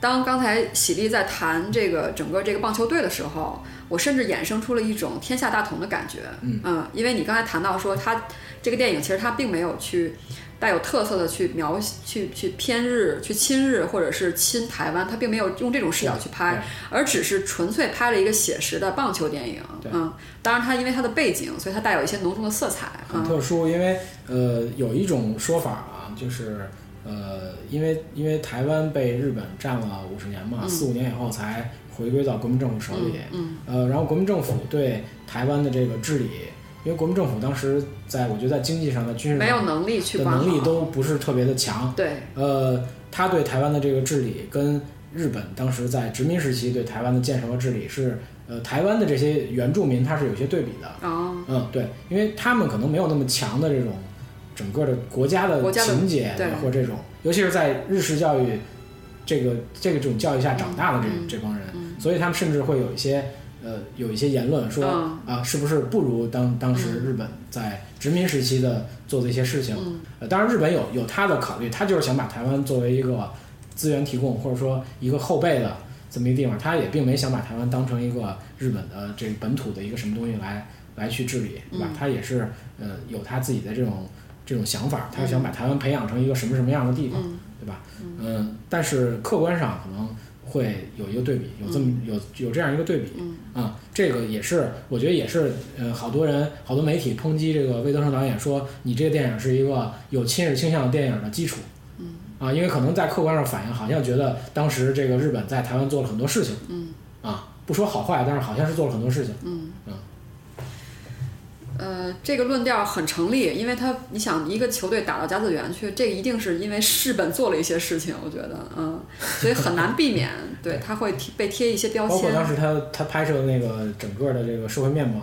[SPEAKER 1] 当刚才喜力在谈这个整个这个棒球队的时候，我甚至衍生出了一种天下大同的感觉。
[SPEAKER 2] 嗯
[SPEAKER 1] 因为你刚才谈到说，他这个电影其实他并没有去带有特色的去描去去偏日、去亲日或者是亲台湾，他并没有用这种视角去拍
[SPEAKER 2] 对，
[SPEAKER 1] 而只是纯粹拍了一个写实的棒球电影
[SPEAKER 2] 对。
[SPEAKER 1] 嗯，当然它因为它的背景，所以它带有一些浓重的色彩。
[SPEAKER 2] 很
[SPEAKER 1] 嗯
[SPEAKER 2] 特殊，因为呃，有一种说法啊，就是呃，因为因为台湾被日本占了五十年嘛，四五年以后才回归到国民政府手
[SPEAKER 1] 嗯
[SPEAKER 2] 里。
[SPEAKER 1] 嗯
[SPEAKER 2] 呃，然后国民政府对台湾的这个治理，因为国民政府当时在我觉得在经济上的军事
[SPEAKER 1] 没有
[SPEAKER 2] 上
[SPEAKER 1] 能力去
[SPEAKER 2] 嗯的
[SPEAKER 1] 管好
[SPEAKER 2] 能力都不是特别的强，
[SPEAKER 1] 对
[SPEAKER 2] 呃，他对台湾的这个治理跟日本当时在殖民时期对台湾的建设和治理是，呃，台湾的这些原住民他是有些对比的，
[SPEAKER 1] 哦，
[SPEAKER 2] 嗯，对，因为他们可能没有那么强的这种整个的国家
[SPEAKER 1] 国
[SPEAKER 2] 的
[SPEAKER 1] 家的
[SPEAKER 2] 情节
[SPEAKER 1] 对
[SPEAKER 2] 或这种，尤其是在日式教育这个这个这种教育下长大的这、
[SPEAKER 1] 嗯嗯
[SPEAKER 2] 这帮人，
[SPEAKER 1] 嗯
[SPEAKER 2] 所以他们甚至会有一些呃有一些言论说
[SPEAKER 1] 嗯
[SPEAKER 2] 啊、是不是不如当当时日本在殖民时期的做的一些事情？
[SPEAKER 1] 嗯
[SPEAKER 2] 呃，当然日本有有他的考虑，他就是想把台湾作为一个资源提供或者说一个后备的这么一个地方，他也并没想把台湾当成一个日本的这个本土的一个什么东西来来去治理，对吧？
[SPEAKER 1] 嗯
[SPEAKER 2] 他也是呃有他自己的这种这种想法，他想把台湾培养成一个什么什么样的地方，
[SPEAKER 1] 嗯
[SPEAKER 2] 对吧？嗯、但是客观上可能会有一个对比，有这么、有有这样一个对比，
[SPEAKER 1] 嗯
[SPEAKER 2] 啊，这个也是，我觉得也是，呃，好多人、好多媒体抨击这个魏德圣导演说，你这个电影是一个有亲日倾向的电影的基础。
[SPEAKER 1] 嗯。
[SPEAKER 2] 啊，因为可能在客观上反映，好像觉得当时这个日本在台湾做了很多事情。
[SPEAKER 1] 嗯。
[SPEAKER 2] 啊，不说好坏，但是好像是做了很多事情。
[SPEAKER 1] 嗯
[SPEAKER 2] 嗯
[SPEAKER 1] 呃，这个论调很成立，因为他，你想一个球队打到甲子园去，这个一定是因为日本做了一些事情，我觉得，嗯，所以很难避免， 对，他会贴被贴一些标
[SPEAKER 2] 包括
[SPEAKER 1] 签，
[SPEAKER 2] 当时他他拍摄的那个整个的这个社会面貌，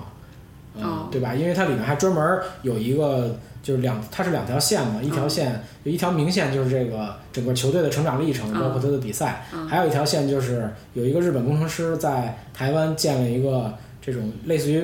[SPEAKER 2] 嗯，
[SPEAKER 1] 哦
[SPEAKER 2] 对吧？因为它里面还专门有一个就是两，它是两条线嘛，一条
[SPEAKER 1] 哦
[SPEAKER 2] 线、有一条明线就是这个整个球队的成长历程，
[SPEAKER 1] 嗯
[SPEAKER 2] 包括他的比赛，
[SPEAKER 1] 嗯
[SPEAKER 2] 还有一条线就是有一个日本工程师在台湾建了一个这种类似于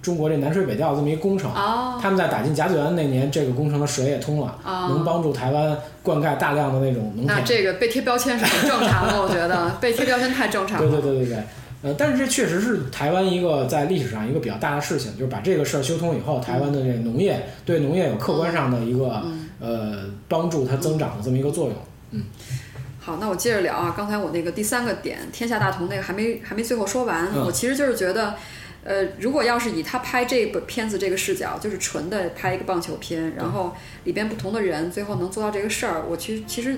[SPEAKER 2] 中国这南水北调这么一个工程。
[SPEAKER 1] 哦
[SPEAKER 2] 他们在打进甲子园那年，这个工程的水也通了，能
[SPEAKER 1] 哦，
[SPEAKER 2] 帮助台湾灌溉大量的那种农
[SPEAKER 1] 那
[SPEAKER 2] 田。
[SPEAKER 1] 这个被贴标签是很正常的，我觉得被贴标签太正常
[SPEAKER 2] 对
[SPEAKER 1] 了，
[SPEAKER 2] 对对对对。呃，但是这确实是台湾一个在历史上一个比较大的事情，就是把这个事儿修通以后，台湾的这个农业对农业有客观上的一个、
[SPEAKER 1] 嗯，
[SPEAKER 2] 呃帮助它增长的这么一个作用。
[SPEAKER 1] 好，那我接着聊啊，刚才我那个第三个点，天下大同那个还没还没最后说完，
[SPEAKER 2] 嗯
[SPEAKER 1] 我其实就是觉得。呃，如果要是以他拍这部片子这个视角，就是纯的拍一个棒球片，
[SPEAKER 2] 嗯
[SPEAKER 1] 然后里边不同的人最后能做到这个事儿，我其实其实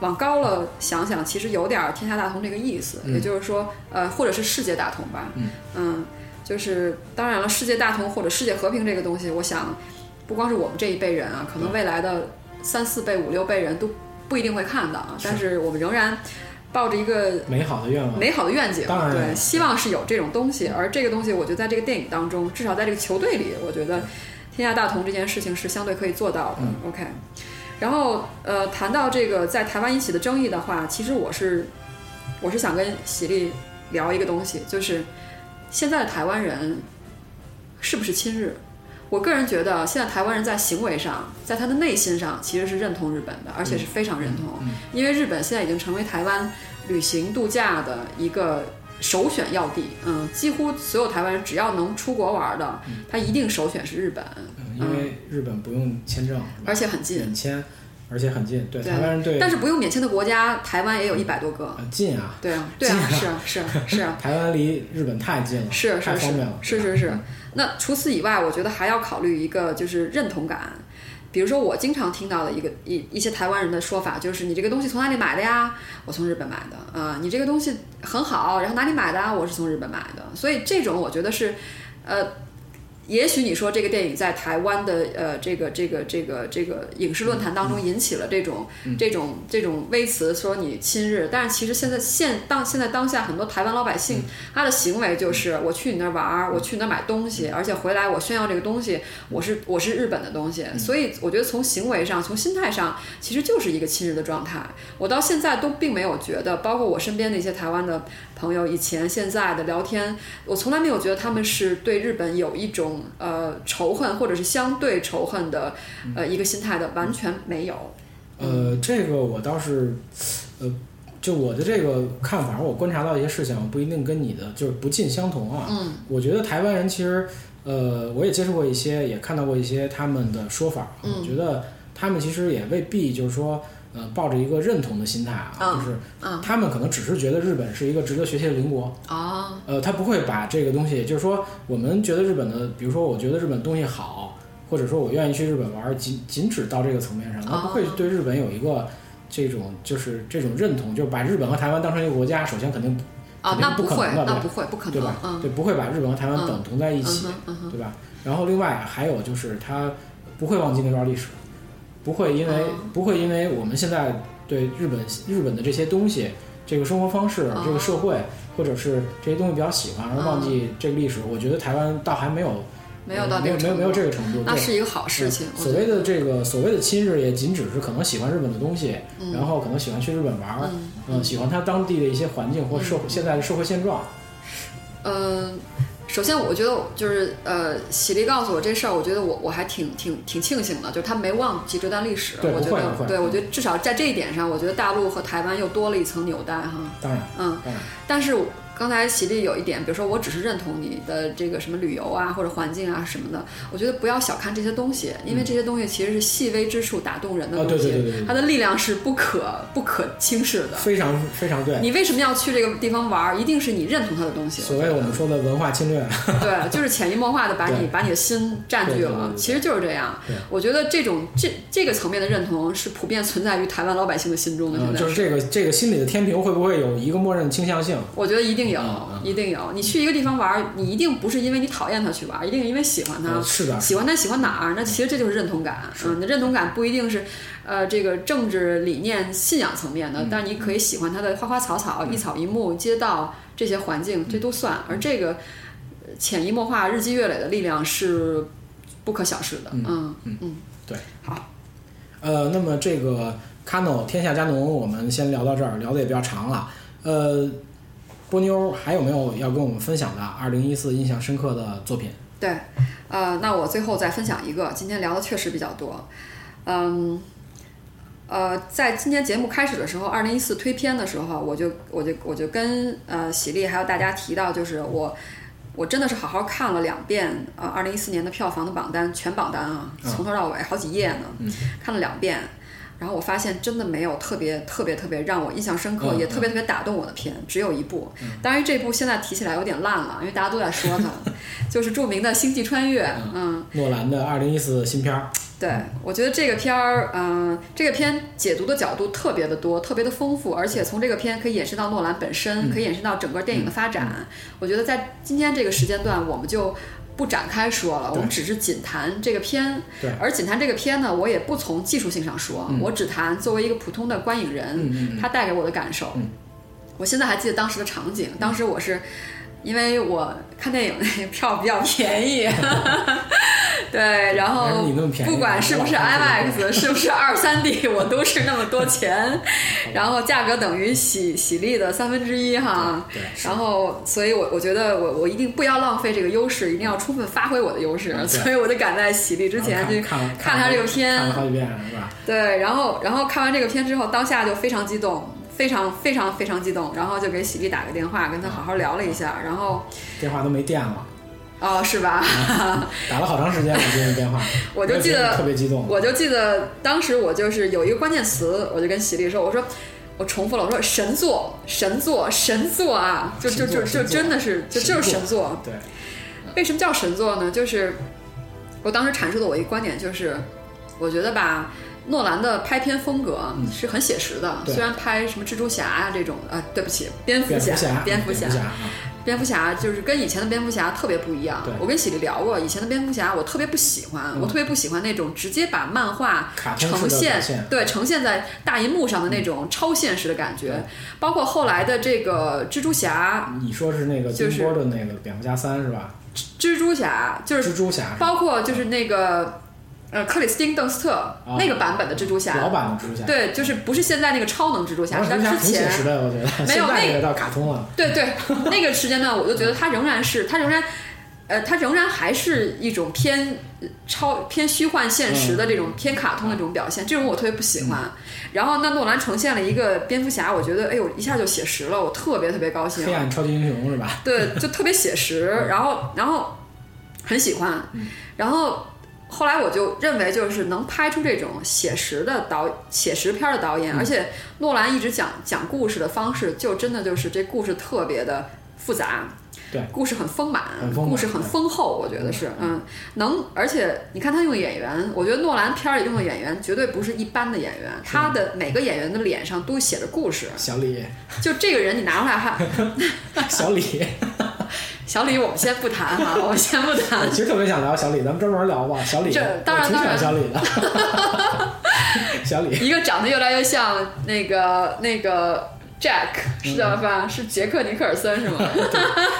[SPEAKER 1] 往高了想想，其实有点儿天下大同这个意思，
[SPEAKER 2] 嗯
[SPEAKER 1] 也就是说，呃，或者是世界大同吧，
[SPEAKER 2] 嗯
[SPEAKER 1] 就是当然了，世界大同或者世界和平这个东西，我想不光是我们这一辈人啊，可
[SPEAKER 2] 嗯
[SPEAKER 1] 能未来的三四辈、五六辈人都不一定会看到啊，
[SPEAKER 2] 是
[SPEAKER 1] 但是我们仍然抱着一个
[SPEAKER 2] 美好的愿望，
[SPEAKER 1] 美好的愿景，
[SPEAKER 2] 当然了
[SPEAKER 1] 对，希望是有这种东西，而这个东西，我觉得在这个电影当中，至少在这个球队里，我觉得天下大同这件事情是相对可以做到的。
[SPEAKER 2] 嗯
[SPEAKER 1] OK，然后呃，谈到这个在台湾引起的争议的话，其实我是我是想跟喜力聊一个东西，就是现在的台湾人是不是亲日？我个人觉得，啊现在台湾人在行为上，在他的内心上，其实是认同日本的，而且是非常认同，
[SPEAKER 2] 嗯嗯
[SPEAKER 1] 因为日本现在已经成为台湾旅行度假的一个首选要地。嗯，几乎所有台湾人只要能出国玩的，他一定首选是日本，
[SPEAKER 2] 嗯因为日本不用签证，是吧
[SPEAKER 1] 而且很近。
[SPEAKER 2] 免签，而且很近。对
[SPEAKER 1] 对
[SPEAKER 2] 台湾人对
[SPEAKER 1] 但是不用免签的国家，台湾也有一百多个。
[SPEAKER 2] 呃近啊，
[SPEAKER 1] 对啊，对啊，是
[SPEAKER 2] 近
[SPEAKER 1] 啊，是啊，是啊。
[SPEAKER 2] 台湾离日本太近了，
[SPEAKER 1] 是啊
[SPEAKER 2] 太
[SPEAKER 1] 是
[SPEAKER 2] 方便了。嗯
[SPEAKER 1] 是是是。那除此以外，我觉得还要考虑一个就是认同感。比如说，我经常听到的一个一一些台湾人的说法，就是你这个东西从哪里买的呀？我从日本买的啊、你这个东西很好，然后哪里买的啊？我是从日本买的。所以这种我觉得是，呃，也许你说这个电影在台湾的呃这个这个这个这个影视论坛当中引起了这种、这种这种微词，说你亲日，但是其实现在现当现在当下很多台湾老百姓他的行为就是我去你那儿玩儿，我去你那儿买东西，而且回来我炫耀这个东西，我是我是日本的东
[SPEAKER 2] 嗯
[SPEAKER 1] 西，所以我觉得从行为上、从心态上，其实就是一个亲日的状态。我到现在都并没有觉得，包括我身边的一些台湾的朋友，以前现在的聊天，我从来没有觉得他们是对日本有一种呃仇恨或者是相对仇恨的
[SPEAKER 2] 嗯
[SPEAKER 1] 呃一个心态的，完全没有。
[SPEAKER 2] 呃，这个我倒是，呃，就我的这个看法，我观察到一些事情，不一定跟你的就是不尽相同啊。
[SPEAKER 1] 嗯
[SPEAKER 2] 我觉得台湾人其实，呃，我也接触过一些，也看到过一些他们的说法。啊
[SPEAKER 1] 嗯
[SPEAKER 2] 我觉得他们其实也未必就是说，呃，抱着一个认同的心态啊，
[SPEAKER 1] 嗯
[SPEAKER 2] 就是
[SPEAKER 1] 嗯
[SPEAKER 2] 他们可能只是觉得日本是一个值得学习的邻国。
[SPEAKER 1] 哦
[SPEAKER 2] 呃，他不会把这个东西，就是说我们觉得日本的，比如说我觉得日本东西好，或者说我愿意去日本玩，仅仅止到这个层面上，他不会
[SPEAKER 1] 哦
[SPEAKER 2] 对日本有一个这种就是这种认同，就是把日本和台湾当成一个国家，首先肯定
[SPEAKER 1] 哦
[SPEAKER 2] 肯，定
[SPEAKER 1] 那
[SPEAKER 2] 不可
[SPEAKER 1] 会
[SPEAKER 2] 能的，
[SPEAKER 1] 那不会，不可
[SPEAKER 2] 对
[SPEAKER 1] 能
[SPEAKER 2] 吧，？
[SPEAKER 1] 嗯
[SPEAKER 2] 对，不会把日本和台湾
[SPEAKER 1] 嗯
[SPEAKER 2] 等同在一
[SPEAKER 1] 嗯
[SPEAKER 2] 起，
[SPEAKER 1] 哼嗯哼，
[SPEAKER 2] 对吧？然后另外还有就是他不会忘记那段历史，不会因为、
[SPEAKER 1] 哦
[SPEAKER 2] 不会因为我们现在对日本日本的这些东西、这个生活方式、
[SPEAKER 1] 哦
[SPEAKER 2] 这个社会，或者是这些东西比较喜欢而忘记这个历史。我觉得台湾倒还没有
[SPEAKER 1] 嗯没有到
[SPEAKER 2] 嗯没
[SPEAKER 1] 这
[SPEAKER 2] 有
[SPEAKER 1] 个
[SPEAKER 2] 没有
[SPEAKER 1] 程度，
[SPEAKER 2] 没有这个程度，
[SPEAKER 1] 那
[SPEAKER 2] 对
[SPEAKER 1] 是一个好事
[SPEAKER 2] 嗯
[SPEAKER 1] 情。我
[SPEAKER 2] 所
[SPEAKER 1] 觉
[SPEAKER 2] 谓
[SPEAKER 1] 得
[SPEAKER 2] 的这个所谓的亲日，也仅只是可能喜欢日本的东西，
[SPEAKER 1] 嗯
[SPEAKER 2] 然后可能喜欢去日本玩，
[SPEAKER 1] 嗯
[SPEAKER 2] 嗯，喜欢他当地的一些环境或社会、现在的社会现状。
[SPEAKER 1] 嗯，首先我觉得就是呃，喜力告诉我这事儿，我觉得我我还挺挺挺庆幸的，就是他没忘记这段历史。
[SPEAKER 2] 对
[SPEAKER 1] 我觉
[SPEAKER 2] 不会啊不会
[SPEAKER 1] 得，对我觉得至少在这一点上，我觉得大陆和台湾又多了一层纽带哈。
[SPEAKER 2] 当然，
[SPEAKER 1] 嗯，
[SPEAKER 2] 当然，
[SPEAKER 1] 但是我刚才喜力有一点，比如说我只是认同你的这个什么旅游啊，或者环境啊什么的，我觉得不要小看这些东西，因为这些东西其实是细微之处打动人的
[SPEAKER 2] 嗯啊
[SPEAKER 1] 东西，
[SPEAKER 2] 对对对对对
[SPEAKER 1] 它的力量是不可不可轻视的。
[SPEAKER 2] 非常非常对。
[SPEAKER 1] 你为什么要去这个地方玩儿？一定是你认同它的东西。
[SPEAKER 2] 所谓我们说的文化侵略，
[SPEAKER 1] 对，就是潜移默化的把
[SPEAKER 2] 对
[SPEAKER 1] 你把你的心占
[SPEAKER 2] 对
[SPEAKER 1] 据
[SPEAKER 2] 对对
[SPEAKER 1] 了
[SPEAKER 2] 对，
[SPEAKER 1] 其实就是这样
[SPEAKER 2] 对。
[SPEAKER 1] 我觉得这种这这个层面的认同是普遍存在于台湾老百姓的心中的。现
[SPEAKER 2] 嗯，
[SPEAKER 1] 在，
[SPEAKER 2] 就是这个这个心理的天平会不会有一个默认倾向性？
[SPEAKER 1] 我觉得一定有
[SPEAKER 2] 嗯嗯，
[SPEAKER 1] 一定有。你去一个地方玩儿，你一定不是因为你讨厌它去玩儿，一定是因为喜欢它
[SPEAKER 2] 嗯。是的，
[SPEAKER 1] 喜欢它喜欢哪儿？那其实这就是认同感。嗯，那认同感不一定是，呃，这个政治理念、信仰层面的，但你可以喜欢它的花花草草、一草一木、街道这些环境，这都算。而这个呃潜移默化、日积月累的力量是不可小视的。嗯嗯，
[SPEAKER 2] 对，
[SPEAKER 1] 好，
[SPEAKER 2] 呃，那么这个 Cano 天下家农，我们先聊到这儿，聊的也比较长了。呃，波妞还有没有要跟我们分享的二零一四印象深刻的
[SPEAKER 1] 嗯
[SPEAKER 2] 作品？
[SPEAKER 1] 对，呃，那我最后再分享一个，今天聊的确实比较多，嗯。呃，在今天节目开始的时候，二零一四推片的时候，啊我就我就我就跟呃喜力还有大家提到，就是我我真的是好好看了两遍呃二零一四年的票房的榜单全榜单啊，
[SPEAKER 2] 嗯
[SPEAKER 1] 从头到尾好几页呢，看了两遍。然后我发现真的没有特别特别特别让我印象深刻，
[SPEAKER 2] 嗯
[SPEAKER 1] 也特别特别打动我的片，只有一部。当然这部现在提起来有点烂了，因为大家都在说它，就是著名的《星际穿越》。嗯，
[SPEAKER 2] 诺兰的二零一四新片儿，
[SPEAKER 1] 对，我觉得这个片儿，嗯、这个片解读的角度特别的多，特别的丰富，而且从这个片可以延伸到诺兰本
[SPEAKER 2] 嗯
[SPEAKER 1] 身，可以延伸到整个电影的发展。我觉得在今天这个时间段，我们就。不展开说了，我们
[SPEAKER 2] 对
[SPEAKER 1] 只是仅谈这个片
[SPEAKER 2] 对，嗯
[SPEAKER 1] 而仅谈这个片呢，我也不从技术性上说，我只谈作为一个普通的观影人，
[SPEAKER 2] 嗯嗯
[SPEAKER 1] 它带给我的感受。
[SPEAKER 2] 嗯
[SPEAKER 1] 我现在还记得当时的场景，当时我是因为我看电影那个票比较便宜， 对，然
[SPEAKER 2] 还是
[SPEAKER 1] 后
[SPEAKER 2] 你那么便宜啊
[SPEAKER 1] 不管是不是
[SPEAKER 2] 我老看
[SPEAKER 1] IMAX，是不是二三 D，我都是那么多 钱，然后价格等于喜喜力的三分之一哈。
[SPEAKER 2] 对，是
[SPEAKER 1] 然后，所以我我觉得我我一定不要浪费这个优势，一定要充分发挥我的优势，
[SPEAKER 2] 嗯对
[SPEAKER 1] 所以我就赶在喜力之前
[SPEAKER 2] 然后
[SPEAKER 1] 去
[SPEAKER 2] 看看
[SPEAKER 1] 看他这个片
[SPEAKER 2] 看了好几遍是吧？
[SPEAKER 1] 对，然后然后看完这个片之后，当下就非常激动，非常非常非常激动，然后就给喜力打个电话，跟他好好聊了一下，然后
[SPEAKER 2] 电话都没电了，
[SPEAKER 1] 哦，是吧？
[SPEAKER 2] 打了好长时间了，接那电话，
[SPEAKER 1] 我就记
[SPEAKER 2] 也觉
[SPEAKER 1] 得
[SPEAKER 2] 特别激动。
[SPEAKER 1] 我就记得当时我就是有一个关键词，我就跟喜力说，我说。我重复了，我说神作，神作，神作啊！就就就
[SPEAKER 2] 神作
[SPEAKER 1] 就
[SPEAKER 2] 神作
[SPEAKER 1] 真的是，就就是神作。
[SPEAKER 2] 对，
[SPEAKER 1] 为什么叫神作呢？就是我当时阐述的我一个观点，就是我觉得吧，诺兰的拍片风格啊是很写实的，
[SPEAKER 2] 嗯对
[SPEAKER 1] 虽然拍什么蜘蛛侠啊这种，呃，对不起，蝙蝠
[SPEAKER 2] 蝙蝠
[SPEAKER 1] 侠，
[SPEAKER 2] 蝙
[SPEAKER 1] 蝙蝠侠
[SPEAKER 2] 侠，啊，
[SPEAKER 1] 蝙蝠侠就是跟以前的蝙蝠侠特别不一样
[SPEAKER 2] 对。嗯
[SPEAKER 1] 我跟喜力聊过，以前的蝙蝠侠我特别不喜欢，我特别不喜欢那种直接把漫画
[SPEAKER 2] 卡
[SPEAKER 1] 呈
[SPEAKER 2] 通式的
[SPEAKER 1] 现
[SPEAKER 2] 表现
[SPEAKER 1] 对呈现在大银幕上的那种超现实的感觉，包括后来的这个蜘蛛侠、
[SPEAKER 2] 你说是那个
[SPEAKER 1] 就
[SPEAKER 2] 金
[SPEAKER 1] 是
[SPEAKER 2] 波的那个蝙蝠侠三是吧？
[SPEAKER 1] 蜘蛛侠，就是
[SPEAKER 2] 蜘蛛侠是吧
[SPEAKER 1] 包括就是那个呃克里斯汀邓斯特、那个版本的蜘蛛侠，
[SPEAKER 2] 啊老版的蜘蛛侠，
[SPEAKER 1] 对，就是不是现在那个超能蜘蛛侠，
[SPEAKER 2] 然
[SPEAKER 1] 是他
[SPEAKER 2] 后蜘
[SPEAKER 1] 之
[SPEAKER 2] 蛛侠挺写
[SPEAKER 1] 前
[SPEAKER 2] 实的，我觉得。
[SPEAKER 1] 没有
[SPEAKER 2] 现在
[SPEAKER 1] 那
[SPEAKER 2] 这个到卡通了，
[SPEAKER 1] 对对那个时间段，我就觉得他仍然是他仍然。呃，它仍然还是一种偏呃超偏虚幻现实的这种偏卡通的这种表现，这种我特别不喜欢。
[SPEAKER 2] 嗯
[SPEAKER 1] 然后那诺兰呈现了一个蝙蝠侠，我觉得哎呦一下就写实了，我特别特别高兴啊
[SPEAKER 2] 黑。暗超级英雄是吧？
[SPEAKER 1] 对，就特别写实，
[SPEAKER 2] 嗯
[SPEAKER 1] 然后然后很喜欢，然后后来我就认为就是能拍出这种写实的导写实片儿的导
[SPEAKER 2] 嗯
[SPEAKER 1] 演，而且诺兰一直讲讲故事的方式，就真的就是这故事特别的复杂。
[SPEAKER 2] 对
[SPEAKER 1] 故事很丰满，
[SPEAKER 2] 很丰满
[SPEAKER 1] 故事很丰厚，我觉得是，嗯，能，而且你看他用的演员，我觉得诺兰片儿里用的演员绝对不是一般的演员，他的每个演员的脸上都写着故事，
[SPEAKER 2] 小 李，
[SPEAKER 1] 就这个人你拿出来还
[SPEAKER 2] 小 李，
[SPEAKER 1] 小李，我们先不谈哈， 我们先不
[SPEAKER 2] 我
[SPEAKER 1] 谈。
[SPEAKER 2] 其实特别想聊小李，咱们专门聊吧。小李，
[SPEAKER 1] 这当然
[SPEAKER 2] 我挺
[SPEAKER 1] 当
[SPEAKER 2] 喜
[SPEAKER 1] 然
[SPEAKER 2] 欢小李的。 小李，
[SPEAKER 1] 一个长得越来越像那个那个 Jack 是叫
[SPEAKER 2] 嗯
[SPEAKER 1] 吧？是杰克尼克尔森是 吗？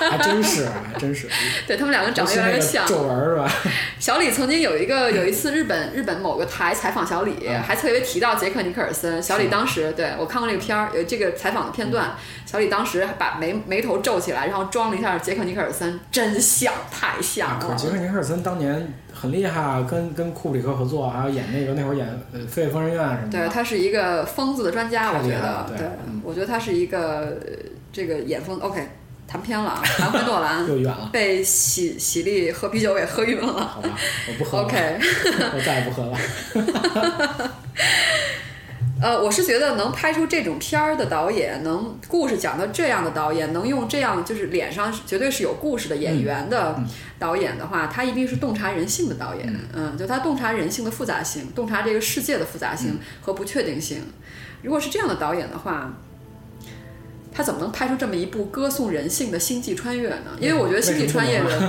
[SPEAKER 2] 还真是，还真是，
[SPEAKER 1] 对他们两个 长得
[SPEAKER 2] 尤
[SPEAKER 1] 越
[SPEAKER 2] 其
[SPEAKER 1] 来
[SPEAKER 2] 那
[SPEAKER 1] 越
[SPEAKER 2] 个
[SPEAKER 1] 像。
[SPEAKER 2] 皱纹是吧？
[SPEAKER 1] 小李曾经有一个有一次日本日本某个台采访小李，
[SPEAKER 2] 嗯
[SPEAKER 1] 还特别提到杰克尼克尔森。小李当时对我看过那个片儿，有这个采访的片
[SPEAKER 2] 嗯
[SPEAKER 1] 段。小李当时还把眉眉头皱起来，然后装了一下杰克尼克尔森，真像，太 像
[SPEAKER 2] 啊可
[SPEAKER 1] 了。
[SPEAKER 2] 杰克尼克尔森当年很厉害啊，跟跟库布里克合作，啊还有演那个那会儿演呃《飞越疯人院》什么
[SPEAKER 1] 对
[SPEAKER 2] 的。
[SPEAKER 1] 他是一个疯子的专家，
[SPEAKER 2] 太
[SPEAKER 1] 我觉
[SPEAKER 2] 厉害
[SPEAKER 1] 得
[SPEAKER 2] 了，
[SPEAKER 1] 对嗯
[SPEAKER 2] 对
[SPEAKER 1] 我觉得他是一个呃这个演疯。OK，谈偏了啊，谈回诺 兰，
[SPEAKER 2] 又远了，
[SPEAKER 1] 被喜喜力喝啤酒给喝晕了。
[SPEAKER 2] 好吧，我不喝了
[SPEAKER 1] OK，
[SPEAKER 2] 我再也不喝了。
[SPEAKER 1] 呃，我是觉得能拍出这种片儿的导演，能故事讲到这样的导演，能用这样就是脸上是绝对是有故事的演员的导演的话，他一定是洞察人性的导演。嗯，就他洞察人性的复杂性，洞察这个世界的复杂性和不确定性。如果是这样的导演的话，他怎么能拍出这么一部歌颂人性的《星际穿越》呢？因为我觉得《星际穿越》
[SPEAKER 2] 为什
[SPEAKER 1] 的，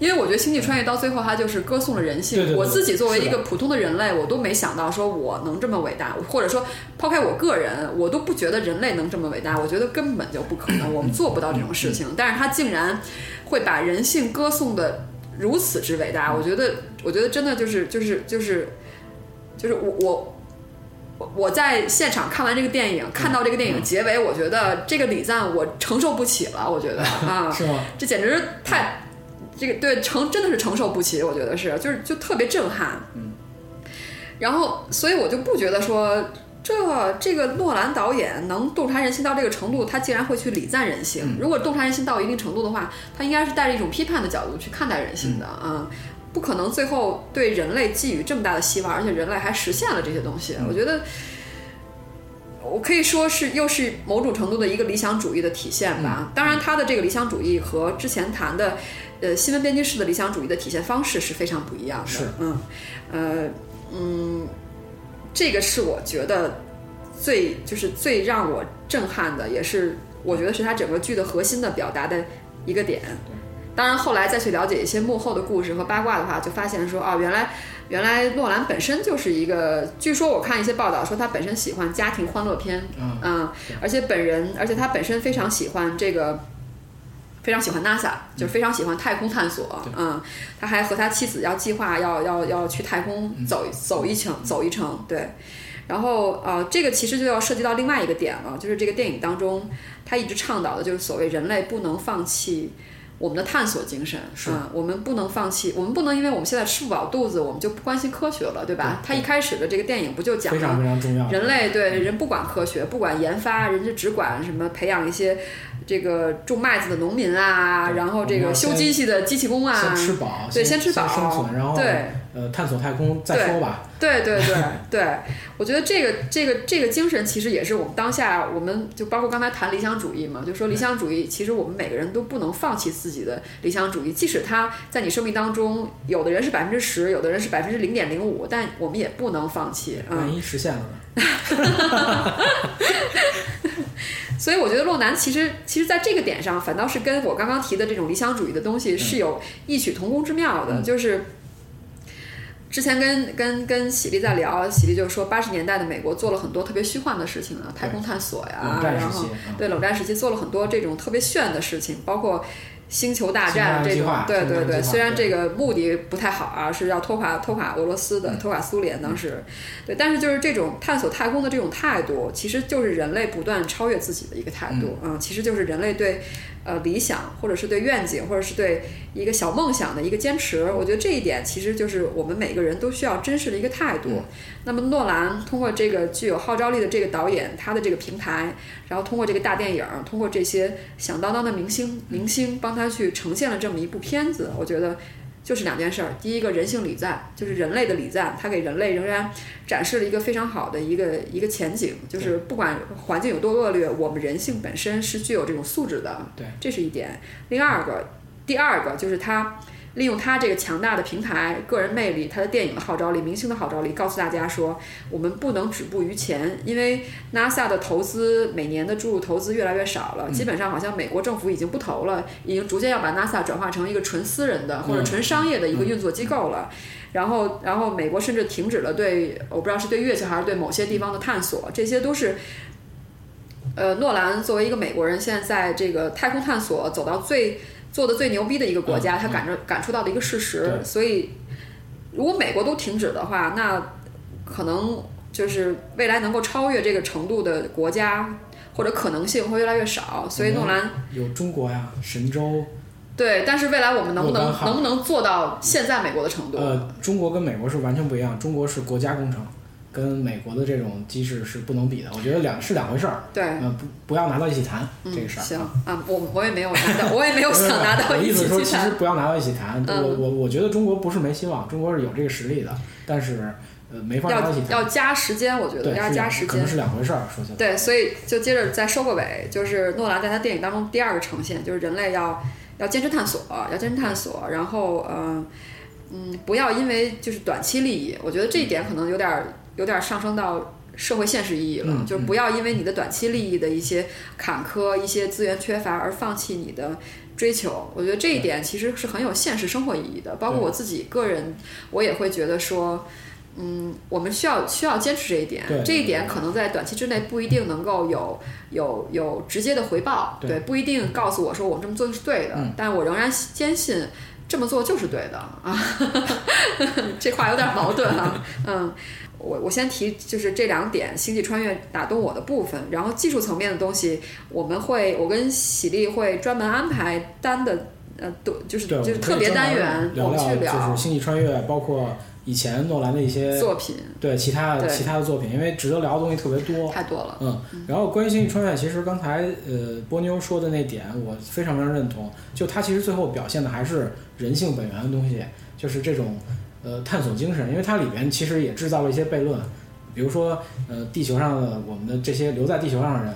[SPEAKER 1] 因为我觉得《星际穿越》到最后它就是歌颂了人性。
[SPEAKER 2] 对对对
[SPEAKER 1] 我自己作为
[SPEAKER 2] 是的
[SPEAKER 1] 一个普通的人类，我都没想到说我能这么伟大，或者说抛开我个人，我都不觉得人类能这么伟大，我觉得根本就不可 能，我们做不到这种事
[SPEAKER 2] 嗯
[SPEAKER 1] 情。但是他竟然会把人性歌颂的如此之伟
[SPEAKER 2] 嗯
[SPEAKER 1] 大，我觉得，我觉得真的就是就是就是就是我我我我在现场看完这个电
[SPEAKER 2] 嗯
[SPEAKER 1] 影，看到这个电影结尾，我觉得这个礼赞我承受不起了，我觉得啊，
[SPEAKER 2] 是吗？
[SPEAKER 1] 这简直太这个对承真的是承受不起，我觉得是就是就特别震撼，嗯，然后所以我就不觉得说。这这个诺兰导演能洞察人性到这个程度，他竟然会去礼赞人性。如果洞察人性到一定程度的话，他应该是带着一种批判的角度去看待人性的啊、嗯不可能最后对人类寄予这么大的希望，而且人类还实现了这些东西。我觉得我可以说是又是某种程度的一个理想主义的体现吧。当然，他的这个理想主义和之前谈的，呃，新闻编辑室的理想主义的体现方式是非常不一样的。
[SPEAKER 2] 是，
[SPEAKER 1] 嗯，呃，嗯，这个是我觉得最就是最让我震撼的，也是我觉得是他整个剧的核心的表达的一个点。当然，后来再去了解一些幕后的故事和八卦的话，就发现说，哦，原来原来诺兰本身就是一个，据说我看一些报道说他本身喜欢家庭欢乐片，
[SPEAKER 2] 嗯，
[SPEAKER 1] 嗯，而且本人，而且他本身非常喜欢这个，非常喜欢 NASA，就是非常喜欢太空探索。嗯，他还和他妻子要计划要要要去太
[SPEAKER 2] 嗯
[SPEAKER 1] 空走、走一程，走一程。对，然后呃，这个其实就要涉及到另外一个点了，就是这个电影当中他一直倡导的就是所谓人类不能放弃。我们的探索精神
[SPEAKER 2] 是
[SPEAKER 1] 嗯，我们不能放弃，我们不能因为我们现在吃不饱肚子，我们就不关心科学了，对吧？他一开始的这个电影不就讲
[SPEAKER 2] 非
[SPEAKER 1] 了
[SPEAKER 2] 常非常重要。
[SPEAKER 1] 人类对人不管科学，不管研发，人家只管什么培养一些这个种麦子的农民啊，
[SPEAKER 2] 对
[SPEAKER 1] 然后这
[SPEAKER 2] 我们
[SPEAKER 1] 个
[SPEAKER 2] 要
[SPEAKER 1] 修
[SPEAKER 2] 先
[SPEAKER 1] 机器的机器工啊，
[SPEAKER 2] 先吃饱，
[SPEAKER 1] 对，
[SPEAKER 2] 先
[SPEAKER 1] 吃饱，
[SPEAKER 2] 生存，然后
[SPEAKER 1] 对
[SPEAKER 2] 呃探索太空再说吧。
[SPEAKER 1] 对对对对， 我觉得这个这个这个精神其实也是我们当下，我们就包括刚才谈理想主义嘛，就说理想主义，其实我们每个人都不能放弃自己的理想主义，即使它在你生命当中，有的人是百分之十，有的人是百分之零点零五，但我们也不能放弃啊。
[SPEAKER 2] 万一实现了呢？
[SPEAKER 1] 所以我觉得洛南其实其实在这个点上，反倒是跟我刚刚提的这种理想主义的东
[SPEAKER 2] 嗯
[SPEAKER 1] 西是有异曲同工之妙的，就是。之前跟跟跟喜力在聊，喜力就说八十年代的美国做了很多特别虚幻的事情啊，太空探索呀，
[SPEAKER 2] 冷战
[SPEAKER 1] 然
[SPEAKER 2] 时
[SPEAKER 1] 后
[SPEAKER 2] 期，嗯
[SPEAKER 1] 对冷战时期做了很多这种特别炫的事情，包括星球大战这
[SPEAKER 2] 计
[SPEAKER 1] 种
[SPEAKER 2] 划，
[SPEAKER 1] 对对
[SPEAKER 2] 计划
[SPEAKER 1] 对，虽然
[SPEAKER 2] 对
[SPEAKER 1] 这个目的不太好啊，是要拖垮拖垮俄罗斯的，拖垮苏联当时，对，但是就是这种探索太空的这种态度，其实就是人类不断超越自己的一个态度，嗯，其实就是人类对呃理想或者是对愿景或者是对一个小梦想的一个坚持，我觉得这一点其实就是我们每个人都需要真实的一个态度。那么诺兰通过这个具有号召力的这个导演，他的这个平台，然后通过这个大电影，通过这些响当当的明星明星帮他去呈现了这么一部片子，我觉得就是两件事儿。第一个人性礼赞，就是人类的礼赞，他给人类仍然展示了一个非常好的一个一个前景，就是不管环境有多恶劣，我们人性本身是具有这种素质的，
[SPEAKER 2] 对，
[SPEAKER 1] 这是一点。另二个，第二个就是他。利用他这个强大的平台、个人魅力、他的电影的号召力、明星的号召力，告诉大家说，我们不能止步于前，因为 NASA 的投资每年的注入投资越来越少了，基本上好像美国政府已经不投了，已经逐渐要把 NASA 转化成一个纯私人的或者纯商业的一个运作机构了。然后，然后美国甚至停止了对我不知道是对月球还是对某些地方的探索，这些都是。呃，诺兰作为一个美国人，现在在这个太空探索走到最做的最牛逼的一个国家，他感着感触到的一个事实，
[SPEAKER 2] 嗯对
[SPEAKER 1] 所以如果美国都停止的话，那可能就是未来能够超越这个程度的国家或者可能性会越来越少。所以
[SPEAKER 2] 嗯
[SPEAKER 1] 诺兰、
[SPEAKER 2] 有中国呀、神州，
[SPEAKER 1] 对，但是未来我们能不
[SPEAKER 2] 若
[SPEAKER 1] 能
[SPEAKER 2] 干号
[SPEAKER 1] 能不能做到现在美国的程度？
[SPEAKER 2] 呃，中国跟美国是完全不一样，中国是国家工程，跟美国的这种机制是不能比的。我觉得两是两回事儿，
[SPEAKER 1] 对，
[SPEAKER 2] 呃，不不要拿到一起谈、嗯这个事
[SPEAKER 1] 嗯
[SPEAKER 2] 儿。呃
[SPEAKER 1] 行啊，我我也没有拿到，我也没有想拿到
[SPEAKER 2] 我
[SPEAKER 1] 一
[SPEAKER 2] 意思
[SPEAKER 1] 起
[SPEAKER 2] 说，
[SPEAKER 1] 去
[SPEAKER 2] 其实
[SPEAKER 1] 谈。
[SPEAKER 2] 不要拿到一起谈。
[SPEAKER 1] 嗯
[SPEAKER 2] 我我我觉得中国不是没希望，中国是有这个实力的，但是呃没法拿
[SPEAKER 1] 要
[SPEAKER 2] 到一起谈。
[SPEAKER 1] 要加时间，我觉
[SPEAKER 2] 对，
[SPEAKER 1] 得要
[SPEAKER 2] 是
[SPEAKER 1] 加
[SPEAKER 2] 两
[SPEAKER 1] 时
[SPEAKER 2] 可能
[SPEAKER 1] 间
[SPEAKER 2] 是。两回事儿。说起来，
[SPEAKER 1] 对，所以就接着再收个尾，就是诺兰在他电影当中第二个呈现，就是人类要要坚持探索，要坚持探索，然后嗯嗯，不要因为就是短期利益，我觉得这一点可能有点儿有点儿上升到社会现实意义了，
[SPEAKER 2] 嗯
[SPEAKER 1] 就是不要因为你的短期利益的一些坎坷、一些资源缺乏而放弃你的。追求，我觉得这一点其实是很有现实生活意义的。包括
[SPEAKER 2] 对
[SPEAKER 1] 我自己个人，我也会觉得说，嗯，我们需要需要坚持这一点
[SPEAKER 2] 对，
[SPEAKER 1] 这一点
[SPEAKER 2] 对
[SPEAKER 1] 可能在短期之内不一定能够有有有直接的回报，
[SPEAKER 2] 对
[SPEAKER 1] 对，不一定告诉我说我这么做是对的，
[SPEAKER 2] 嗯
[SPEAKER 1] 但我仍然坚信这么做就是对的 啊。这话有点矛盾啊， 嗯。我我先提就是这两点，《星际穿越》打动我的部分，然后技术层面的东西，我们会我跟喜力会专门安排单的，呃，多就是
[SPEAKER 2] 对，
[SPEAKER 1] 就是
[SPEAKER 2] 我们可以
[SPEAKER 1] 特别
[SPEAKER 2] 专
[SPEAKER 1] 单
[SPEAKER 2] 门
[SPEAKER 1] 元，
[SPEAKER 2] 聊
[SPEAKER 1] 我们去
[SPEAKER 2] 聊就是《
[SPEAKER 1] 聊
[SPEAKER 2] 星际穿越》，包括以前诺兰的一些
[SPEAKER 1] 作品，
[SPEAKER 2] 对其他的
[SPEAKER 1] 对
[SPEAKER 2] 其他的作品，因为值得聊的东西特别多。
[SPEAKER 1] 太多了，
[SPEAKER 2] 嗯，然后关于《星际穿越》，其实刚才呃波妞说的那点，我非常非常认同。就它其实最后表现的还是人性本源的东西，就是这种呃探索精神，因为它里边其实也制造了一些悖论，比如说呃地球上的我们的这些留在地球上的人，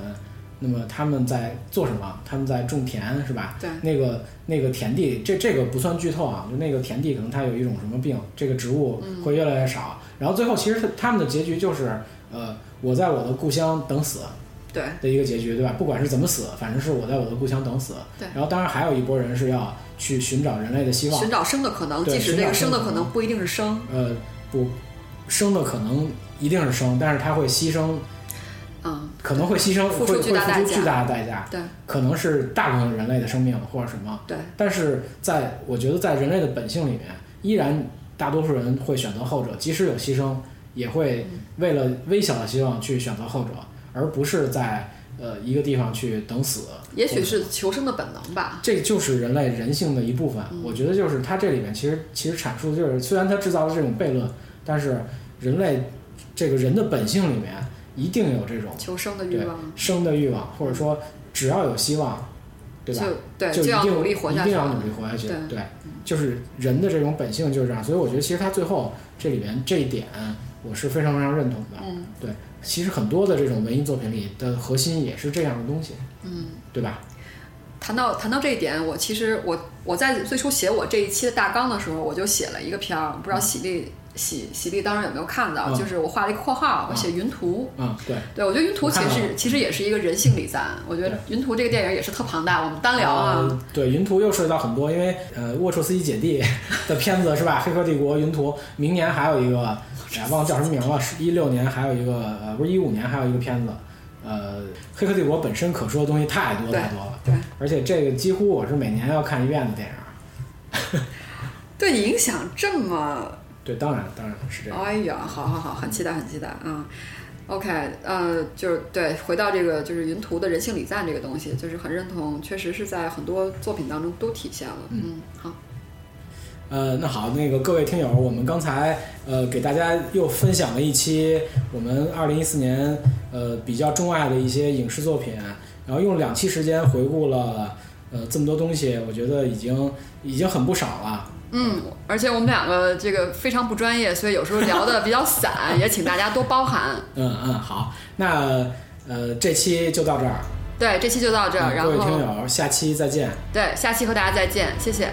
[SPEAKER 2] 那么他们在做什么？他们在种田是吧？
[SPEAKER 1] 对
[SPEAKER 2] 那个那个田地，这这个不算剧透啊，就那个田地可能它有一种什么病，这个植物会越来越少。然后最后其实他他们的结局就是，呃，我在我的故乡等死
[SPEAKER 1] 对，
[SPEAKER 2] 的一个结局，对吧？不管是怎么死，反正是我在我的故乡等死。
[SPEAKER 1] 对
[SPEAKER 2] 然后当然还有一波人是要去寻找人类的希望
[SPEAKER 1] 寻，找生的可能，
[SPEAKER 2] 对
[SPEAKER 1] 即使
[SPEAKER 2] 寻
[SPEAKER 1] 这
[SPEAKER 2] 找
[SPEAKER 1] 个
[SPEAKER 2] 生
[SPEAKER 1] 生
[SPEAKER 2] 的
[SPEAKER 1] 的可
[SPEAKER 2] 可
[SPEAKER 1] 能不一定是生，
[SPEAKER 2] 呃，不，生的可能一定是生，但是他会牺牲，
[SPEAKER 1] 嗯，
[SPEAKER 2] 可能会牺牲，
[SPEAKER 1] 付
[SPEAKER 2] 会
[SPEAKER 1] 出
[SPEAKER 2] 会
[SPEAKER 1] 巨大
[SPEAKER 2] 付
[SPEAKER 1] 代
[SPEAKER 2] 出
[SPEAKER 1] 价
[SPEAKER 2] 巨大的代价，
[SPEAKER 1] 对
[SPEAKER 2] 可能是大部分人类的生命或者什么。
[SPEAKER 1] 对，
[SPEAKER 2] 但是在我觉得在人类的本性里面，依然大多数人会选择后者，即使有牺牲，也会
[SPEAKER 1] 嗯
[SPEAKER 2] 为了微小的希望去选择后者，而不是在呃一个地方去等死。
[SPEAKER 1] 也许是求生的本能吧，
[SPEAKER 2] 这就是人类人性的一部分。
[SPEAKER 1] 嗯
[SPEAKER 2] 我觉得就是它这里面其实其实阐述的就是，虽然它制造了这种悖论，但是人类这个人的本性里面一定有这种
[SPEAKER 1] 求生的欲
[SPEAKER 2] 对
[SPEAKER 1] 望，
[SPEAKER 2] 生的欲望，或者说只要有希望，对吧？
[SPEAKER 1] 就对，
[SPEAKER 2] 就
[SPEAKER 1] 就
[SPEAKER 2] 一
[SPEAKER 1] 要
[SPEAKER 2] 定
[SPEAKER 1] 努力活下去
[SPEAKER 2] 一定要努力活下去。
[SPEAKER 1] 对嗯
[SPEAKER 2] 对，就是人的这种本性就是这样，所以我觉得其实他最后这里边这一点，我是非常非常认同的。
[SPEAKER 1] 嗯，
[SPEAKER 2] 对，其实很多的这种文艺作品里的核心也是这样的东西。
[SPEAKER 1] 嗯，
[SPEAKER 2] 对吧？
[SPEAKER 1] 谈到谈到这一点，我其实我我在最初写我这一期的大纲的时候，我就写了一个篇儿，不知道喜力喜喜力当时有没有看到，
[SPEAKER 2] 嗯
[SPEAKER 1] 就是我画了一个括号，我写云图。
[SPEAKER 2] 嗯，对，
[SPEAKER 1] 对，我觉得《云图》
[SPEAKER 2] 我
[SPEAKER 1] 其
[SPEAKER 2] 看
[SPEAKER 1] 实
[SPEAKER 2] 到了
[SPEAKER 1] 是其实也是一个人性礼赞。我觉得《云图》这个电影也是特庞大，我们单聊啊。
[SPEAKER 2] 呃对，云图又涉及到很多，因为呃，沃楚斯基姐弟的片子是吧，《黑客帝国》云图，明年还有一个，哎呀，忘了叫什么名了，一六年还有一个，呃，不是一五年还有一个片子，呃，《黑客帝国》本身可说的东西太多太多了，
[SPEAKER 1] 对，
[SPEAKER 2] 而且这个几乎我是每年要看一遍的电影儿。
[SPEAKER 1] 对你影响这么，
[SPEAKER 2] 对，当然当然是这样。
[SPEAKER 1] 哎呀，好好好，很期待，很期待啊。嗯 OK，呃，就是对，回到这个就是云图的人性礼赞这个东西，就是很认同，确实是在很多作品当中都体现了。嗯，好，
[SPEAKER 2] 呃，那好，那个各位听友，我们刚才呃给大家又分享了一期我们二零一四年呃比较钟爱的一些影视作品，然后用两期时间回顾了呃这么多东西，我觉得已经已经很不少了。
[SPEAKER 1] 嗯，而且我们两个这个非常不专业，所以有时候聊的比较散， 也请大家多包涵。
[SPEAKER 2] 嗯嗯，好，那呃这期就到这儿，
[SPEAKER 1] 对，这期就到这儿，
[SPEAKER 2] 嗯
[SPEAKER 1] 然
[SPEAKER 2] 各位听
[SPEAKER 1] 后
[SPEAKER 2] 友，下期再见。
[SPEAKER 1] 对，下期和大家再见，谢谢。